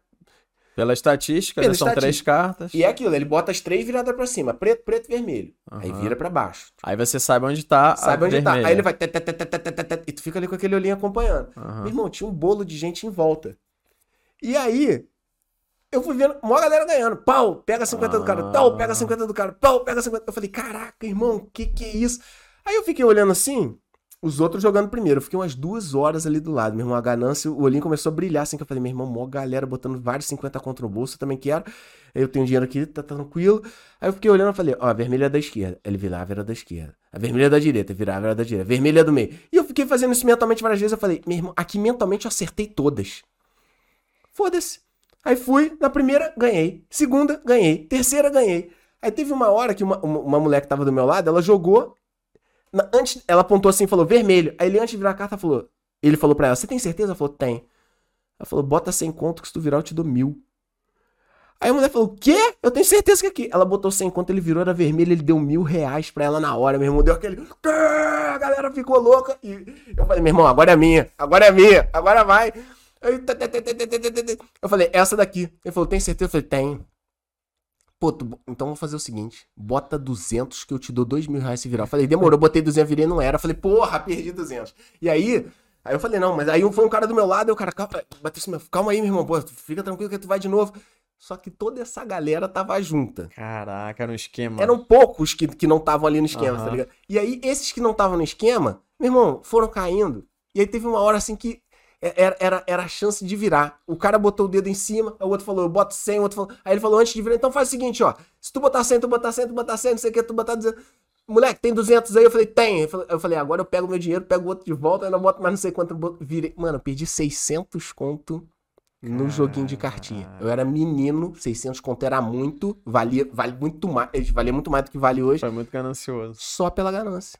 Speaker 2: Pela estatística,
Speaker 1: Pela
Speaker 2: né, são três cartas.
Speaker 1: E é aquilo, ele bota as três viradas pra cima: preto, preto, vermelho. Aí
Speaker 2: Aham.
Speaker 1: vira pra baixo.
Speaker 2: Aí você sabe onde tá a
Speaker 1: Sabe onde tá?
Speaker 2: vermelha.
Speaker 1: Aí ele vai. tê, tê, tê, tê, tê, tê, tê, E tu fica ali com aquele olhinho acompanhando.
Speaker 2: Aham.
Speaker 1: Meu irmão, tinha um bolo de gente em volta. E aí, eu fui vendo, mó galera ganhando. Pau, pega 50 do cara, tal, pega 50 do cara, pau, pega 50. Eu falei, caraca, irmão, que que é isso? Aí eu fiquei olhando assim, os outros jogando primeiro. Eu fiquei umas duas horas ali do lado, meu irmão, a ganância, o olhinho começou a brilhar assim, que eu falei, meu irmão, mó galera botando vários 50 contra o bolso, eu também quero. Eu tenho dinheiro aqui, tá tranquilo. Aí eu fiquei olhando e falei, ó, a vermelha é da esquerda. Ele virava, era da esquerda. A vermelha é da direita, virava, era da direita. A vermelha é do meio. E eu fiquei fazendo isso mentalmente várias vezes. Eu falei, meu irmão, aqui mentalmente eu acertei todas. Foda-se. Aí fui, na primeira, ganhei. Segunda, ganhei. Terceira, ganhei. Aí teve uma hora que uma, uma, uma mulher que tava do meu lado, ela jogou. na- antes, ela apontou assim e falou, vermelho. Aí ele, antes de virar a carta, falou. Ele falou pra ela, você tem certeza? Ela falou, tem. Ela falou, bota 100 conto que se tu virar eu te dou mil. Aí a mulher falou, o quê? Eu tenho certeza que é aqui. Ela botou 100 conto, ele virou, era vermelho, ele deu mil reais pra ela na hora, meu irmão. Deu aquele... "Quê?" A galera ficou louca. E eu falei, meu irmão, agora é minha. Agora é minha. Agora vai. Aí, tê, tê, tê, tê, tê, tê, tê, tê. Eu falei, essa daqui. Ele falou, tem certeza? Eu falei, tem. Pô, tu bo- então eu vou fazer o seguinte. Bota 200 que eu te dou 2 mil reais se virar. Eu falei, demorou, botei 200, virei, não era. Eu falei, porra, perdi 200. E aí... Aí eu falei, não, mas aí foi um cara do meu lado, e o cara, calma, bateu assim, calma aí, meu irmão, pô, fica tranquilo que tu vai de novo. Só que toda essa galera tava junta.
Speaker 2: Caraca, era um esquema.
Speaker 1: Eram poucos que, que não estavam ali no esquema,
Speaker 2: Aham.
Speaker 1: tá ligado? E aí, esses que não estavam no esquema, meu irmão, foram caindo. E aí teve uma hora assim que é- era, era, era a chance de virar. O cara botou o dedo em cima, aí o outro falou, eu boto 100, o outro falou. Aí ele falou, antes de virar, então faz o seguinte, ó. Se tu botar 100, tu botar 100, tu botar 100, não sei o que, tu botar 200. Moleque, tem 200 aí? Eu falei, tem. Eu falei- Eu falei, agora eu pego meu dinheiro, pego o outro de volta, ainda boto mais não sei quanto. eu boto- Virei. Mano, eu perdi 600 conto no joguinho de cartinha. Eu era menino, 600 conto era muito, valia, vale muito mais, eles valia muito mais do que vale hoje,
Speaker 2: Foi muito ganancioso.
Speaker 1: só pela ganância.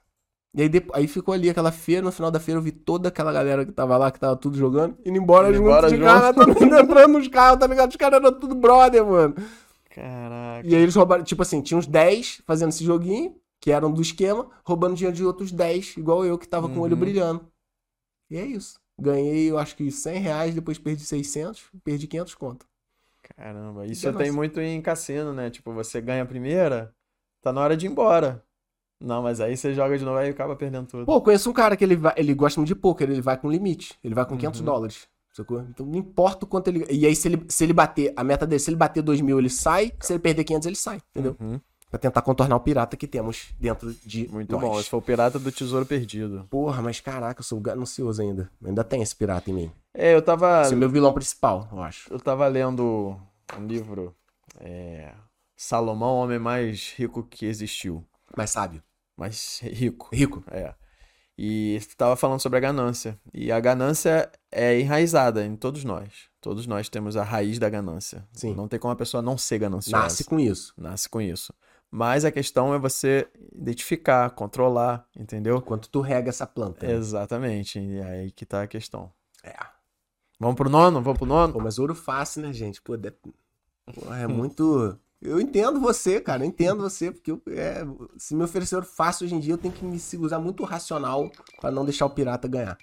Speaker 1: E aí, depo- aí ficou ali aquela feira, no final da feira eu vi toda aquela galera que tava lá, que tava tudo jogando, indo embora
Speaker 2: Indo
Speaker 1: junto
Speaker 2: embora
Speaker 1: de
Speaker 2: junto.
Speaker 1: cara, todo mundo entrando nos carros, tá ligado? Os caras eram tudo brother, mano.
Speaker 2: Caraca.
Speaker 1: E aí eles roubaram, tipo assim, tinha uns 10 fazendo esse joguinho, que eram do esquema, roubando dinheiro de outros 10, igual eu, que tava com o olho
Speaker 2: Uhum.
Speaker 1: brilhando. E é isso. Ganhei, eu acho que 100 reais, depois perdi 600, perdi 500 conto.
Speaker 2: Caramba. Isso
Speaker 1: Ganância.
Speaker 2: tem muito em cassino, né? Tipo, você ganha a primeira, tá na hora de ir embora. Não, mas aí você joga de novo e acaba perdendo tudo.
Speaker 1: Pô, eu conheço um cara que ele, vai, ele gosta muito de poker, ele vai com limite. Ele vai com 500 dólares. Sacou? Então não importa o quanto ele. E aí, se ele, se ele bater, a meta dele, se ele bater 2 mil, ele sai. Se ele perder 500, ele sai, entendeu?
Speaker 2: Uhum.
Speaker 1: Pra tentar contornar o pirata que temos dentro de.
Speaker 2: Muito
Speaker 1: nós.
Speaker 2: bom. Esse foi o Pirata do Tesouro Perdido.
Speaker 1: Porra, mas caraca, eu sou ganancioso ainda. Ainda tem esse pirata em mim.
Speaker 2: É, eu tava.
Speaker 1: Esse é o meu vilão principal, eu acho.
Speaker 2: Eu tava lendo um livro. é, Salomão, o homem mais rico que existiu.
Speaker 1: Mas sábio.
Speaker 2: Mais rico.
Speaker 1: Rico.
Speaker 2: É. E estava falando sobre a ganância. E a ganância é enraizada em todos nós. Todos nós temos a raiz da ganância.
Speaker 1: Sim.
Speaker 2: Não tem como a pessoa não ser gananciosa.
Speaker 1: Nasce com isso. é
Speaker 2: Nasce com isso. Mas a questão é você identificar, controlar, entendeu?
Speaker 1: Enquanto tu rega essa planta. né?
Speaker 2: Exatamente. E aí que tá a questão.
Speaker 1: É.
Speaker 2: Vamos pro nono? Vamos pro nono?
Speaker 1: Pô, mas ouro fácil, né, gente? Pô, de- Porra, é muito. Eu entendo você, cara. Eu entendo você, porque eu- é, se me oferecer ouro fácil hoje em dia, eu tenho que me usar muito racional pra não deixar o pirata ganhar.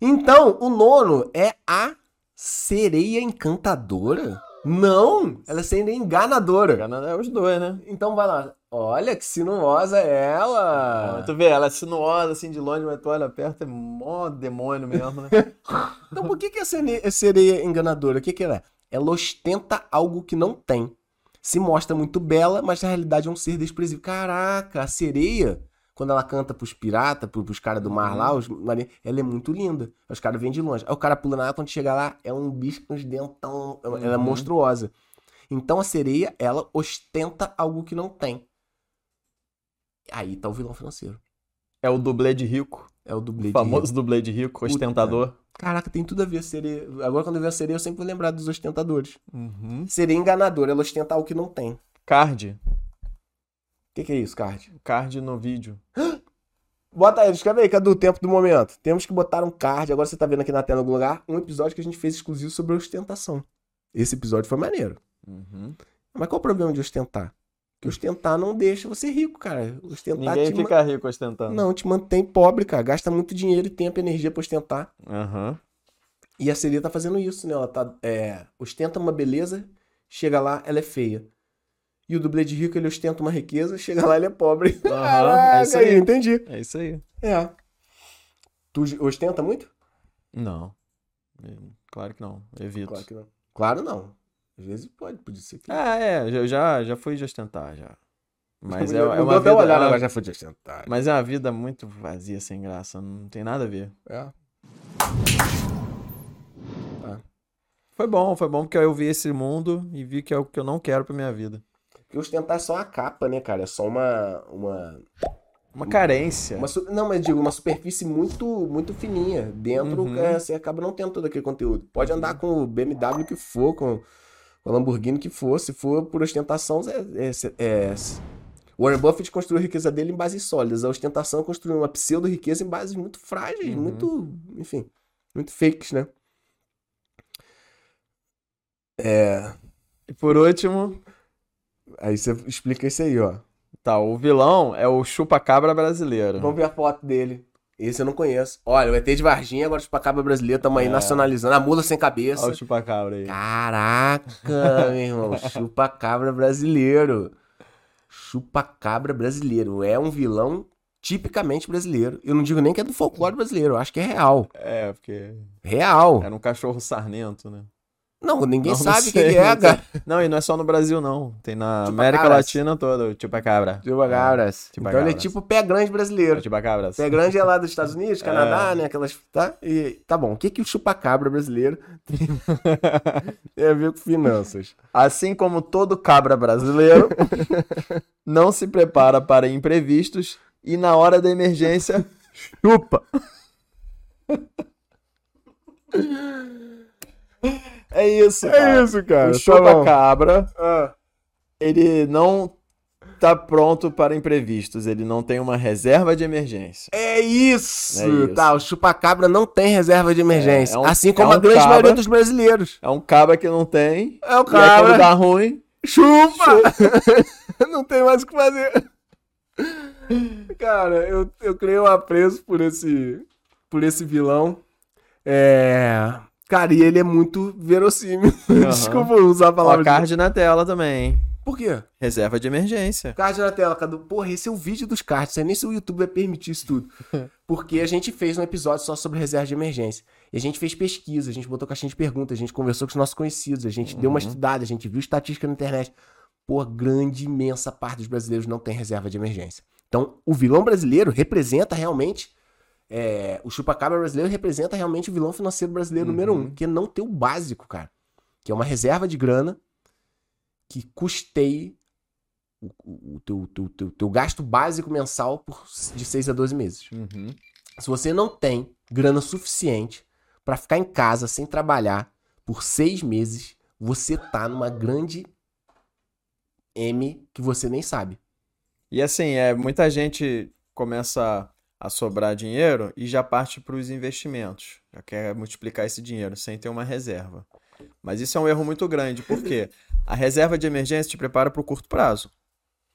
Speaker 1: Então, o nono é a sereia encantadora. Não! Ela é sendo enganadora.
Speaker 2: Canadá é os dois, né?
Speaker 1: Então vai lá. Olha que sinuosa ela.
Speaker 2: Ah, Tu vê, ela é sinuosa assim de longe, mas tu olha perto, é mó demônio mesmo, né?
Speaker 1: Então por que, que a sene- a sereia enganadora? O que, que ela é? Ela ostenta algo que não tem. Se mostra muito bela, mas na realidade é um ser desprezível. Caraca, a sereia, quando ela canta pros piratas, pro- pros caras do mar
Speaker 2: Uhum.
Speaker 1: lá, os marinheiros, ela é muito linda. Os caras vêm de longe. Aí o cara pula na água, quando chega lá, é um bicho com os dentão. Ela é
Speaker 2: Uhum.
Speaker 1: monstruosa. Então a sereia, ela ostenta algo que não tem. Aí tá o vilão financeiro.
Speaker 2: É o dublê de rico,
Speaker 1: É o dublê
Speaker 2: o
Speaker 1: de
Speaker 2: famoso dublê de rico,
Speaker 1: Puta.
Speaker 2: ostentador.
Speaker 1: Caraca, tem tudo a ver a sereia. Agora quando eu ver a sereia, eu sempre vou lembrar dos ostentadores.
Speaker 2: Uhum.
Speaker 1: Sereia enganadora, ela ostentar o que não tem. O
Speaker 2: Card,
Speaker 1: que, que é isso, Card?
Speaker 2: card no vídeo.
Speaker 1: Bota aí, escreve aí, Cadu, o tempo do momento. Temos que botar um card, agora você tá vendo aqui na tela em algum lugar, um episódio que a gente fez exclusivo sobre ostentação. Esse episódio foi maneiro.
Speaker 2: Uhum.
Speaker 1: Mas qual o problema de ostentar? Que ostentar não deixa você rico, cara. Ostentar
Speaker 2: Ninguém
Speaker 1: te ma-
Speaker 2: fica rico ostentando.
Speaker 1: tá Não, te mantém pobre, cara. Gasta muito dinheiro e tempo e energia pra ostentar.
Speaker 2: Aham.
Speaker 1: E a sereia tá fazendo isso, né? Ela tá, é, ostenta uma beleza, chega lá, ela é feia. E o dublê de rico, ele ostenta uma riqueza, chega lá, ele é pobre.
Speaker 2: Aham, é isso aí.
Speaker 1: entendi.
Speaker 2: É isso aí.
Speaker 1: É. Tu j- ostenta muito?
Speaker 2: Não. Hum, Claro que não. Evito.
Speaker 1: Claro que não. Claro não. Às vezes pode, podia ser que...
Speaker 2: Ah, é. Eu já, já fui de ostentar, já. Mas é, é
Speaker 1: Mudou
Speaker 2: uma
Speaker 1: até
Speaker 2: vida...
Speaker 1: o olhar,
Speaker 2: é-
Speaker 1: agora já foi de ostentar.
Speaker 2: Mas é uma vida muito vazia, sem graça. Não tem nada a ver.
Speaker 1: É.
Speaker 2: Foi bom, foi bom porque eu vi esse mundo e vi que é o que eu não quero pra minha vida.
Speaker 1: Porque ostentar é só uma capa, né, cara? É só uma... uma,
Speaker 2: Uma carência.
Speaker 1: uma su- Não, mas digo, uma superfície muito, muito fininha. Dentro,
Speaker 2: Uhum.
Speaker 1: é, você acaba não tendo todo aquele conteúdo. Pode andar com o BMW que for, com... com a Lamborghini que for, se for por ostentação, é, é- é- Warren Buffett construiu a riqueza dele em bases sólidas. A ostentação construiu uma pseudo-riqueza em bases muito frágeis,
Speaker 2: Uhum.
Speaker 1: muito, enfim, muito fakes, né?
Speaker 2: E por último,
Speaker 1: Aí você explica isso aí, ó.
Speaker 2: tá, o vilão é o chupa-cabra brasileiro.
Speaker 1: Vamos ver a foto dele. Esse eu não conheço. Olha, o ET de Varginha, agora o Chupacabra brasileiro, estamos aí
Speaker 2: É.
Speaker 1: nacionalizando. A mula sem
Speaker 2: Olha
Speaker 1: cabeça.
Speaker 2: o chupa-cabra aí.
Speaker 1: Caraca, meu irmão. Chupacabra brasileiro. Chupacabra brasileiro. É um vilão tipicamente brasileiro. Eu não digo nem que é do folclore brasileiro. Eu acho que é real.
Speaker 2: É, porque
Speaker 1: Real.
Speaker 2: era um cachorro sarnento, né?
Speaker 1: Não, ninguém
Speaker 2: Não
Speaker 1: sabe o que,
Speaker 2: sei,
Speaker 1: que é,
Speaker 2: não sei.
Speaker 1: cara.
Speaker 2: Não, e não é só no Brasil, não. Tem na
Speaker 1: Chupacabras.
Speaker 2: América Latina toda, o chupa-cabra.
Speaker 1: Chupacabras. Então ele é
Speaker 2: Chupacabras.
Speaker 1: tipo o pé grande
Speaker 2: É o
Speaker 1: brasileiro.
Speaker 2: Chupacabras.
Speaker 1: Pé grande é lá dos Estados Unidos, Canadá, né? Aquelas. Tá? E, tá bom. O que, que o chupacabra brasileiro tem a ver com finanças?
Speaker 2: Assim como todo cabra brasileiro, não se prepara para imprevistos e na hora da emergência, chupa. É isso, cara. Tá
Speaker 1: isso, cara.
Speaker 2: O
Speaker 1: bom.
Speaker 2: chupa-cabra,
Speaker 1: Ah,
Speaker 2: ele não tá pronto para imprevistos, ele não tem uma reserva de emergência.
Speaker 1: É isso.
Speaker 2: É isso.
Speaker 1: Tá, o chupacabra não tem reserva de emergência.
Speaker 2: É, é um-
Speaker 1: assim como
Speaker 2: é um
Speaker 1: a grande
Speaker 2: cabra.
Speaker 1: maioria dos brasileiros.
Speaker 2: É um cabra que não tem,
Speaker 1: É o
Speaker 2: e aí
Speaker 1: cabra.
Speaker 2: quando dá ruim,
Speaker 1: Chupa! não tem mais o que fazer. Cara, eu, eu criei um apreço por esse, por esse vilão. É. Cara, e ele é muito verossímil. Desculpa usar a
Speaker 2: ó,
Speaker 1: palavra. de-
Speaker 2: card na tela também, hein?
Speaker 1: Por quê?
Speaker 2: Reserva de emergência.
Speaker 1: Card na tela, Cadu. Porra, esse é o vídeo dos cards. Não sei nem se o YouTube vai permitir isso tudo. Porque a gente fez um episódio só sobre reserva de emergência. E a gente fez pesquisa, a gente botou caixinha de perguntas, a gente conversou com os nossos conhecidos, a gente deu uma estudada, a gente viu estatística na internet. Pô, grande, imensa parte dos brasileiros não tem reserva de emergência. Então, o vilão brasileiro representa realmente. é, o chupacabra brasileiro representa realmente o vilão financeiro brasileiro número
Speaker 2: Uhum.
Speaker 1: um, que é não ter o básico, cara. Que é uma reserva de grana que custeie o, o- o teu, teu, teu, teu gasto básico mensal por, de 6 a 12 meses.
Speaker 2: Uhum.
Speaker 1: Se você não tem grana suficiente pra ficar em casa sem trabalhar por seis meses, você tá numa grande M que você nem sabe.
Speaker 2: E assim, é, muita gente começa a sobrar dinheiro e já parte para os investimentos. Já quer multiplicar esse dinheiro sem ter uma reserva. Mas isso é um erro muito grande, porque a reserva de emergência te prepara para o curto prazo.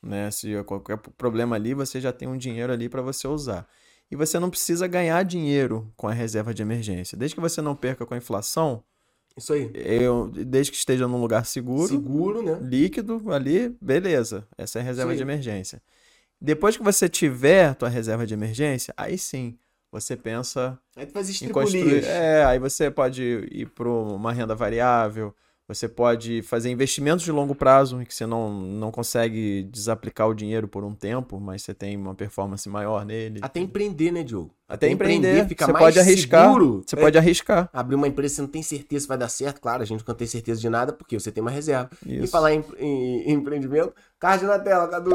Speaker 2: Né? Se qualquer problema ali, você já tem um dinheiro ali para você usar. E você não precisa ganhar dinheiro com a reserva de emergência. Desde que você não perca com a inflação,
Speaker 1: Isso aí.
Speaker 2: Eu, desde que esteja num lugar seguro,
Speaker 1: Seguro, né?
Speaker 2: líquido ali, beleza. Essa é a reserva
Speaker 1: Sim.
Speaker 2: de emergência. Depois que você tiver tua reserva de emergência, aí sim você pensa
Speaker 1: Aí tu faz
Speaker 2: em construir.
Speaker 1: estripulias.
Speaker 2: É, aí você pode ir para uma renda variável, você pode fazer investimentos de longo prazo, em que você não, não consegue desaplicar o dinheiro por um tempo, mas você tem uma performance maior nele.
Speaker 1: Até empreender, né, Diogo?
Speaker 2: Até empreender,
Speaker 1: fica
Speaker 2: você
Speaker 1: mais
Speaker 2: pode arriscar.
Speaker 1: seguro.
Speaker 2: Você
Speaker 1: É,
Speaker 2: pode arriscar.
Speaker 1: Abrir uma empresa, você não tem certeza se vai dar certo. Claro, a gente nunca tem certeza de nada, porque você tem uma reserva. E
Speaker 2: Isso.
Speaker 1: falar em, em- em empreendimento, card na tela, Cadu.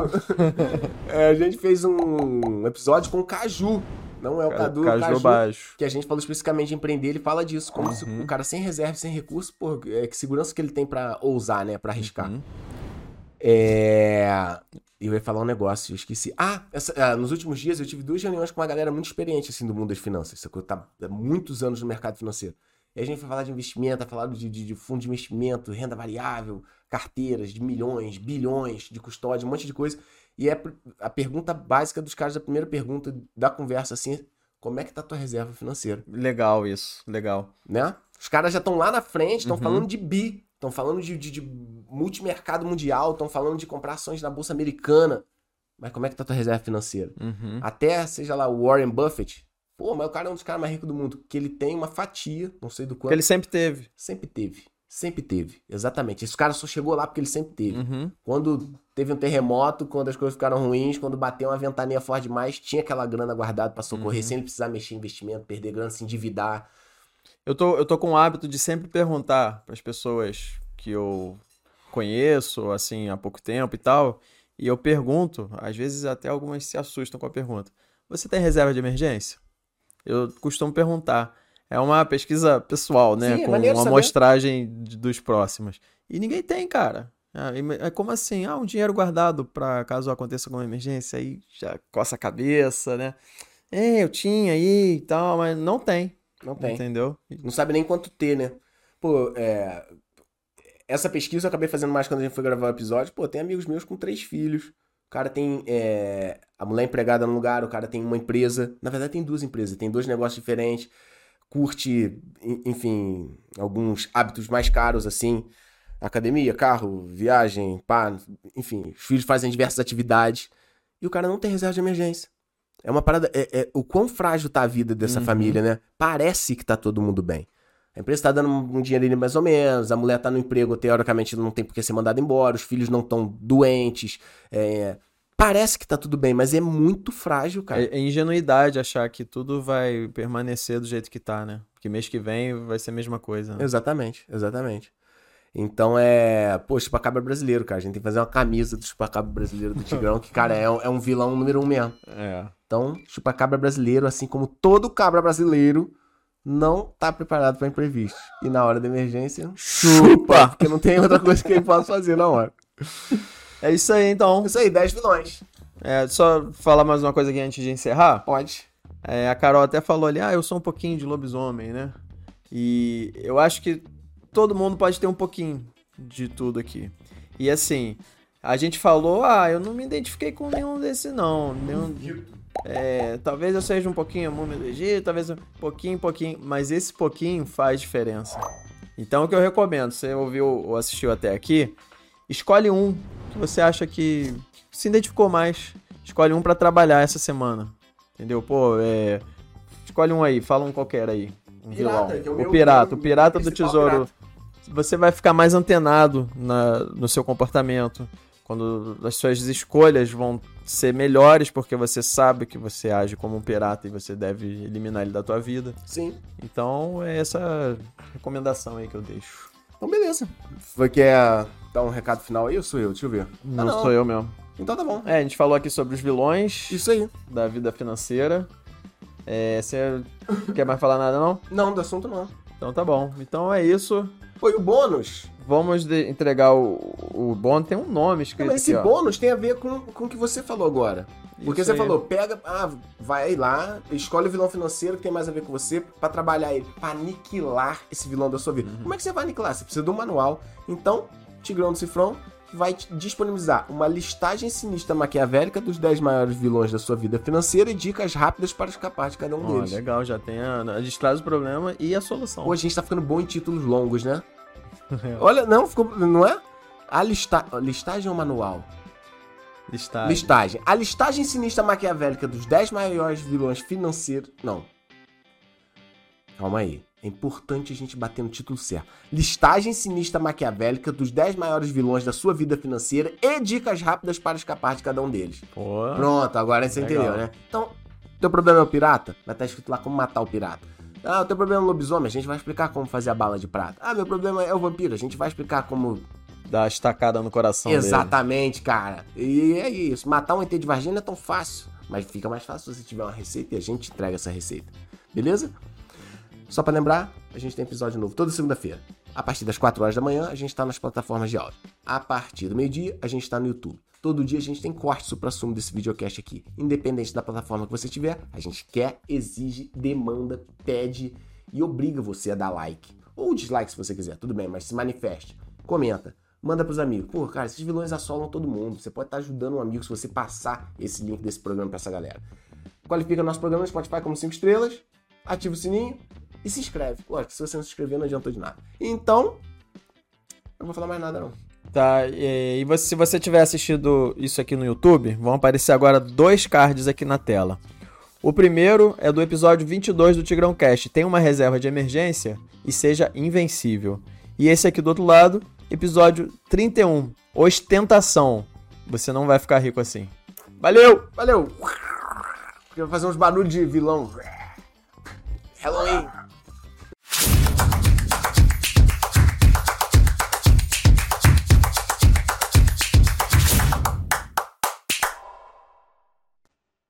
Speaker 1: É, a gente fez um episódio com o Caju. Não é o
Speaker 2: Ca-
Speaker 1: Cadu,
Speaker 2: caju
Speaker 1: o Caju.
Speaker 2: baixo.
Speaker 1: Que a gente falou especificamente de empreender, ele fala disso. Como se
Speaker 2: Uhum.
Speaker 1: o cara sem reserva, sem recurso, pô, é, que segurança que ele tem pra ousar, né? Pra arriscar.
Speaker 2: Uhum.
Speaker 1: É. Eu ia falar um negócio, eu esqueci. Ah, essa- ah, nos últimos dias eu tive duas reuniões com uma galera muito experiente, assim, do mundo das finanças. Sacou? Tá há muitos anos no mercado financeiro. E a gente foi falar de investimento, falaram de, de, de fundo de investimento, renda variável, carteiras de milhões, bilhões, de custódia, um monte de coisa. E é pr- a pergunta básica dos caras, a primeira pergunta da conversa, assim, como é que tá a tua reserva financeira,
Speaker 2: Legal isso, legal.
Speaker 1: né? Os caras já estão lá na frente, estão
Speaker 2: Uhum.
Speaker 1: falando de bi, estão falando de, de, de multimercado mundial, estão falando de comprar ações na Bolsa Americana. Mas como é que tá a tua reserva financeira?
Speaker 2: Uhum.
Speaker 1: Até, seja lá, o Warren Buffett. Pô, mas o cara é um dos caras mais ricos do mundo. Que ele tem uma fatia, não sei do
Speaker 2: Porque
Speaker 1: quanto.
Speaker 2: ele sempre teve.
Speaker 1: Sempre teve. Sempre teve. Exatamente. Esse cara só chegou lá porque ele sempre teve.
Speaker 2: Uhum.
Speaker 1: Quando teve um terremoto, quando as coisas ficaram ruins, quando bateu uma ventania forte demais, tinha aquela grana guardada pra socorrer,
Speaker 2: Uhum.
Speaker 1: sem ele precisar mexer em investimento, perder grana, se endividar.
Speaker 2: Eu tô, eu tô com o hábito de sempre perguntar para as pessoas que eu conheço, assim, há pouco tempo e tal. E eu pergunto, às vezes até algumas se assustam com a pergunta. Você tem reserva de emergência? Eu costumo perguntar. É uma pesquisa pessoal, né?
Speaker 1: Sim, é
Speaker 2: com
Speaker 1: maneiro
Speaker 2: uma
Speaker 1: saber.
Speaker 2: amostragem de- dos próximos. E ninguém tem, cara. Ah, e me- É como assim? Ah, um dinheiro guardado para caso aconteça alguma emergência, aí já coça a cabeça, né? É, eu tinha aí e tal, mas não tem,
Speaker 1: Não tem.
Speaker 2: entendeu?
Speaker 1: Não sabe nem quanto ter, né? Pô, é. Essa pesquisa eu acabei fazendo mais quando a gente foi gravar o episódio. Pô, tem amigos meus com três filhos. O cara tem. é, A mulher empregada num lugar, o cara tem uma empresa. Na verdade, tem duas empresas, tem dois negócios diferentes. Curte, en- enfim, alguns hábitos mais caros, assim. Academia, carro, viagem, pá. Enfim, os filhos fazem diversas atividades. E o cara não tem reserva de emergência. É uma parada. É, é o quão frágil tá a vida dessa
Speaker 2: Uhum.
Speaker 1: família, né? Parece que tá todo mundo bem. A empresa tá dando um um dinheirinho mais ou menos, a mulher tá no emprego, teoricamente não tem por que ser mandada embora, os filhos não estão doentes. é, Parece que tá tudo bem, mas é muito frágil, cara.
Speaker 2: É, é ingenuidade achar que tudo vai permanecer do jeito que tá, né? Porque mês que vem vai ser a mesma coisa. né?
Speaker 1: Exatamente, exatamente. Então é. Pô, chupacabra brasileiro, cara. A gente tem que fazer uma camisa do chupacabra brasileiro do Tigrão, que, cara, é, um- é um vilão número um mesmo.
Speaker 2: É.
Speaker 1: Então, chupacabra brasileiro, assim como todo cabra brasileiro, não tá preparado pra imprevisto. E na hora da emergência,
Speaker 2: Chupa!
Speaker 1: porque não tem outra coisa que ele possa fazer na hora.
Speaker 2: É isso aí, então.
Speaker 1: Isso aí, 10 vilões.
Speaker 2: É, só falar mais uma coisa aqui antes de encerrar.
Speaker 1: Pode.
Speaker 2: É, a Carol até falou ali, ah, eu sou um pouquinho de lobisomem, né? E eu acho que todo mundo pode ter um pouquinho de tudo aqui. E assim, a gente falou, ah, eu não me identifiquei com nenhum desse não. Nenhum... É, talvez eu seja um pouquinho múmia do Egito, talvez um pouquinho, pouquinho, mas esse pouquinho faz diferença. Então o que eu recomendo, você ouviu ou assistiu até aqui, escolhe um que você acha que se identificou mais. Escolhe um pra trabalhar essa semana. Entendeu? Pô, é. Escolhe um aí, fala um qualquer aí. Um
Speaker 1: Pirata,
Speaker 2: vilão.
Speaker 1: que é o
Speaker 2: o,
Speaker 1: meu-
Speaker 2: pirata,
Speaker 1: meu
Speaker 2: o pirata do
Speaker 1: principal
Speaker 2: tesouro. Você vai ficar mais antenado na- no seu comportamento. Quando as suas escolhas vão ser melhores, porque você sabe que você age como um pirata e você deve eliminar ele da tua vida.
Speaker 1: Sim.
Speaker 2: Então é essa recomendação aí que eu deixo.
Speaker 1: Então, beleza. Foi quer dar um recado final aí ou sou eu? Deixa eu ver.
Speaker 2: Ah, Não,
Speaker 1: não.
Speaker 2: sou eu mesmo.
Speaker 1: Então tá bom.
Speaker 2: É, a gente falou aqui sobre os vilões
Speaker 1: Isso aí.
Speaker 2: da vida financeira. É, você quer mais falar nada, não?
Speaker 1: Não, do assunto não.
Speaker 2: Então tá bom. Então é isso.
Speaker 1: Foi o bônus.
Speaker 2: Vamos de- entregar o, o bônus. Tem um nome
Speaker 1: Não,
Speaker 2: escrito
Speaker 1: mas esse
Speaker 2: aqui, ó.
Speaker 1: bônus tem a ver com, com o que você falou agora. Porque
Speaker 2: Isso
Speaker 1: você
Speaker 2: aí.
Speaker 1: falou, pega, ah, vai lá, escolhe o vilão financeiro que tem mais a ver com você pra trabalhar ele, pra
Speaker 2: Uhum.
Speaker 1: aniquilar esse vilão da sua vida. Como é que você vai aniquilar? Você precisa de um manual. Então, Tigrão do Cifrão, que vai te disponibilizar uma listagem sinistra maquiavélica dos 10 maiores vilões da sua vida financeira e dicas rápidas para escapar de cada um
Speaker 2: Ó,
Speaker 1: deles.
Speaker 2: legal, já tem a... a gente traz o problema e a solução.
Speaker 1: Pô, a gente tá ficando bom em títulos longos, né?
Speaker 2: É.
Speaker 1: Olha, não, ficou, não é? A lista, listagem ou manual?
Speaker 2: Listagem.
Speaker 1: Listagem. A listagem sinistra maquiavélica dos 10 maiores vilões financeiros. Não. Calma aí. É importante a gente bater no título certo. Listagem sinistra maquiavélica dos 10 maiores vilões da sua vida financeira e dicas rápidas para escapar de cada um deles.
Speaker 2: Pô,
Speaker 1: Pronto, agora você
Speaker 2: Ah, Legal.
Speaker 1: entendeu, né? Então, teu problema é o pirata? Vai estar escrito lá como matar o pirata. Ah, o teu problema é o lobisomem? A gente vai explicar como fazer a bala de prata. Ah, meu problema é o vampiro? A gente vai explicar como
Speaker 2: dá a estacada no coração dele.
Speaker 1: Exatamente, cara. E é isso. Matar um ET de Varginha não é tão fácil. Mas fica mais fácil se você tiver uma receita e a gente entrega essa receita. Beleza? Só pra lembrar, a gente tem episódio novo toda segunda-feira. A partir das 4 horas da manhã, a gente tá nas plataformas de áudio. A partir do meio-dia, a gente tá no YouTube. Todo dia a gente tem corte supra-sumo desse videocast aqui. Independente da plataforma que você tiver, a gente quer, exige, demanda, pede e obriga você a dar like. Ou dislike se você quiser, tudo bem, mas se manifeste. Comenta, manda pros amigos. Pô, cara, esses vilões assolam todo mundo. Você pode estar ajudando um amigo se você passar esse link desse programa pra essa galera. Qualifica nosso programa no Spotify como 5 estrelas, ativa o sininho e se inscreve. Lógico, se você não se inscrever, não adiantou de nada. Então, eu não vou falar mais nada, não.
Speaker 2: Tá, e, e você- se você tiver assistido isso aqui no YouTube, vão aparecer agora dois cards aqui na tela. O primeiro é do episódio 22 do Tigrão Cast, tem uma reserva de emergência e seja invencível. E esse aqui do outro lado, episódio 31, ostentação. Você não vai ficar rico assim. Valeu!
Speaker 1: Valeu! Porque eu vou fazer uns barulhos de vilão. Halloween!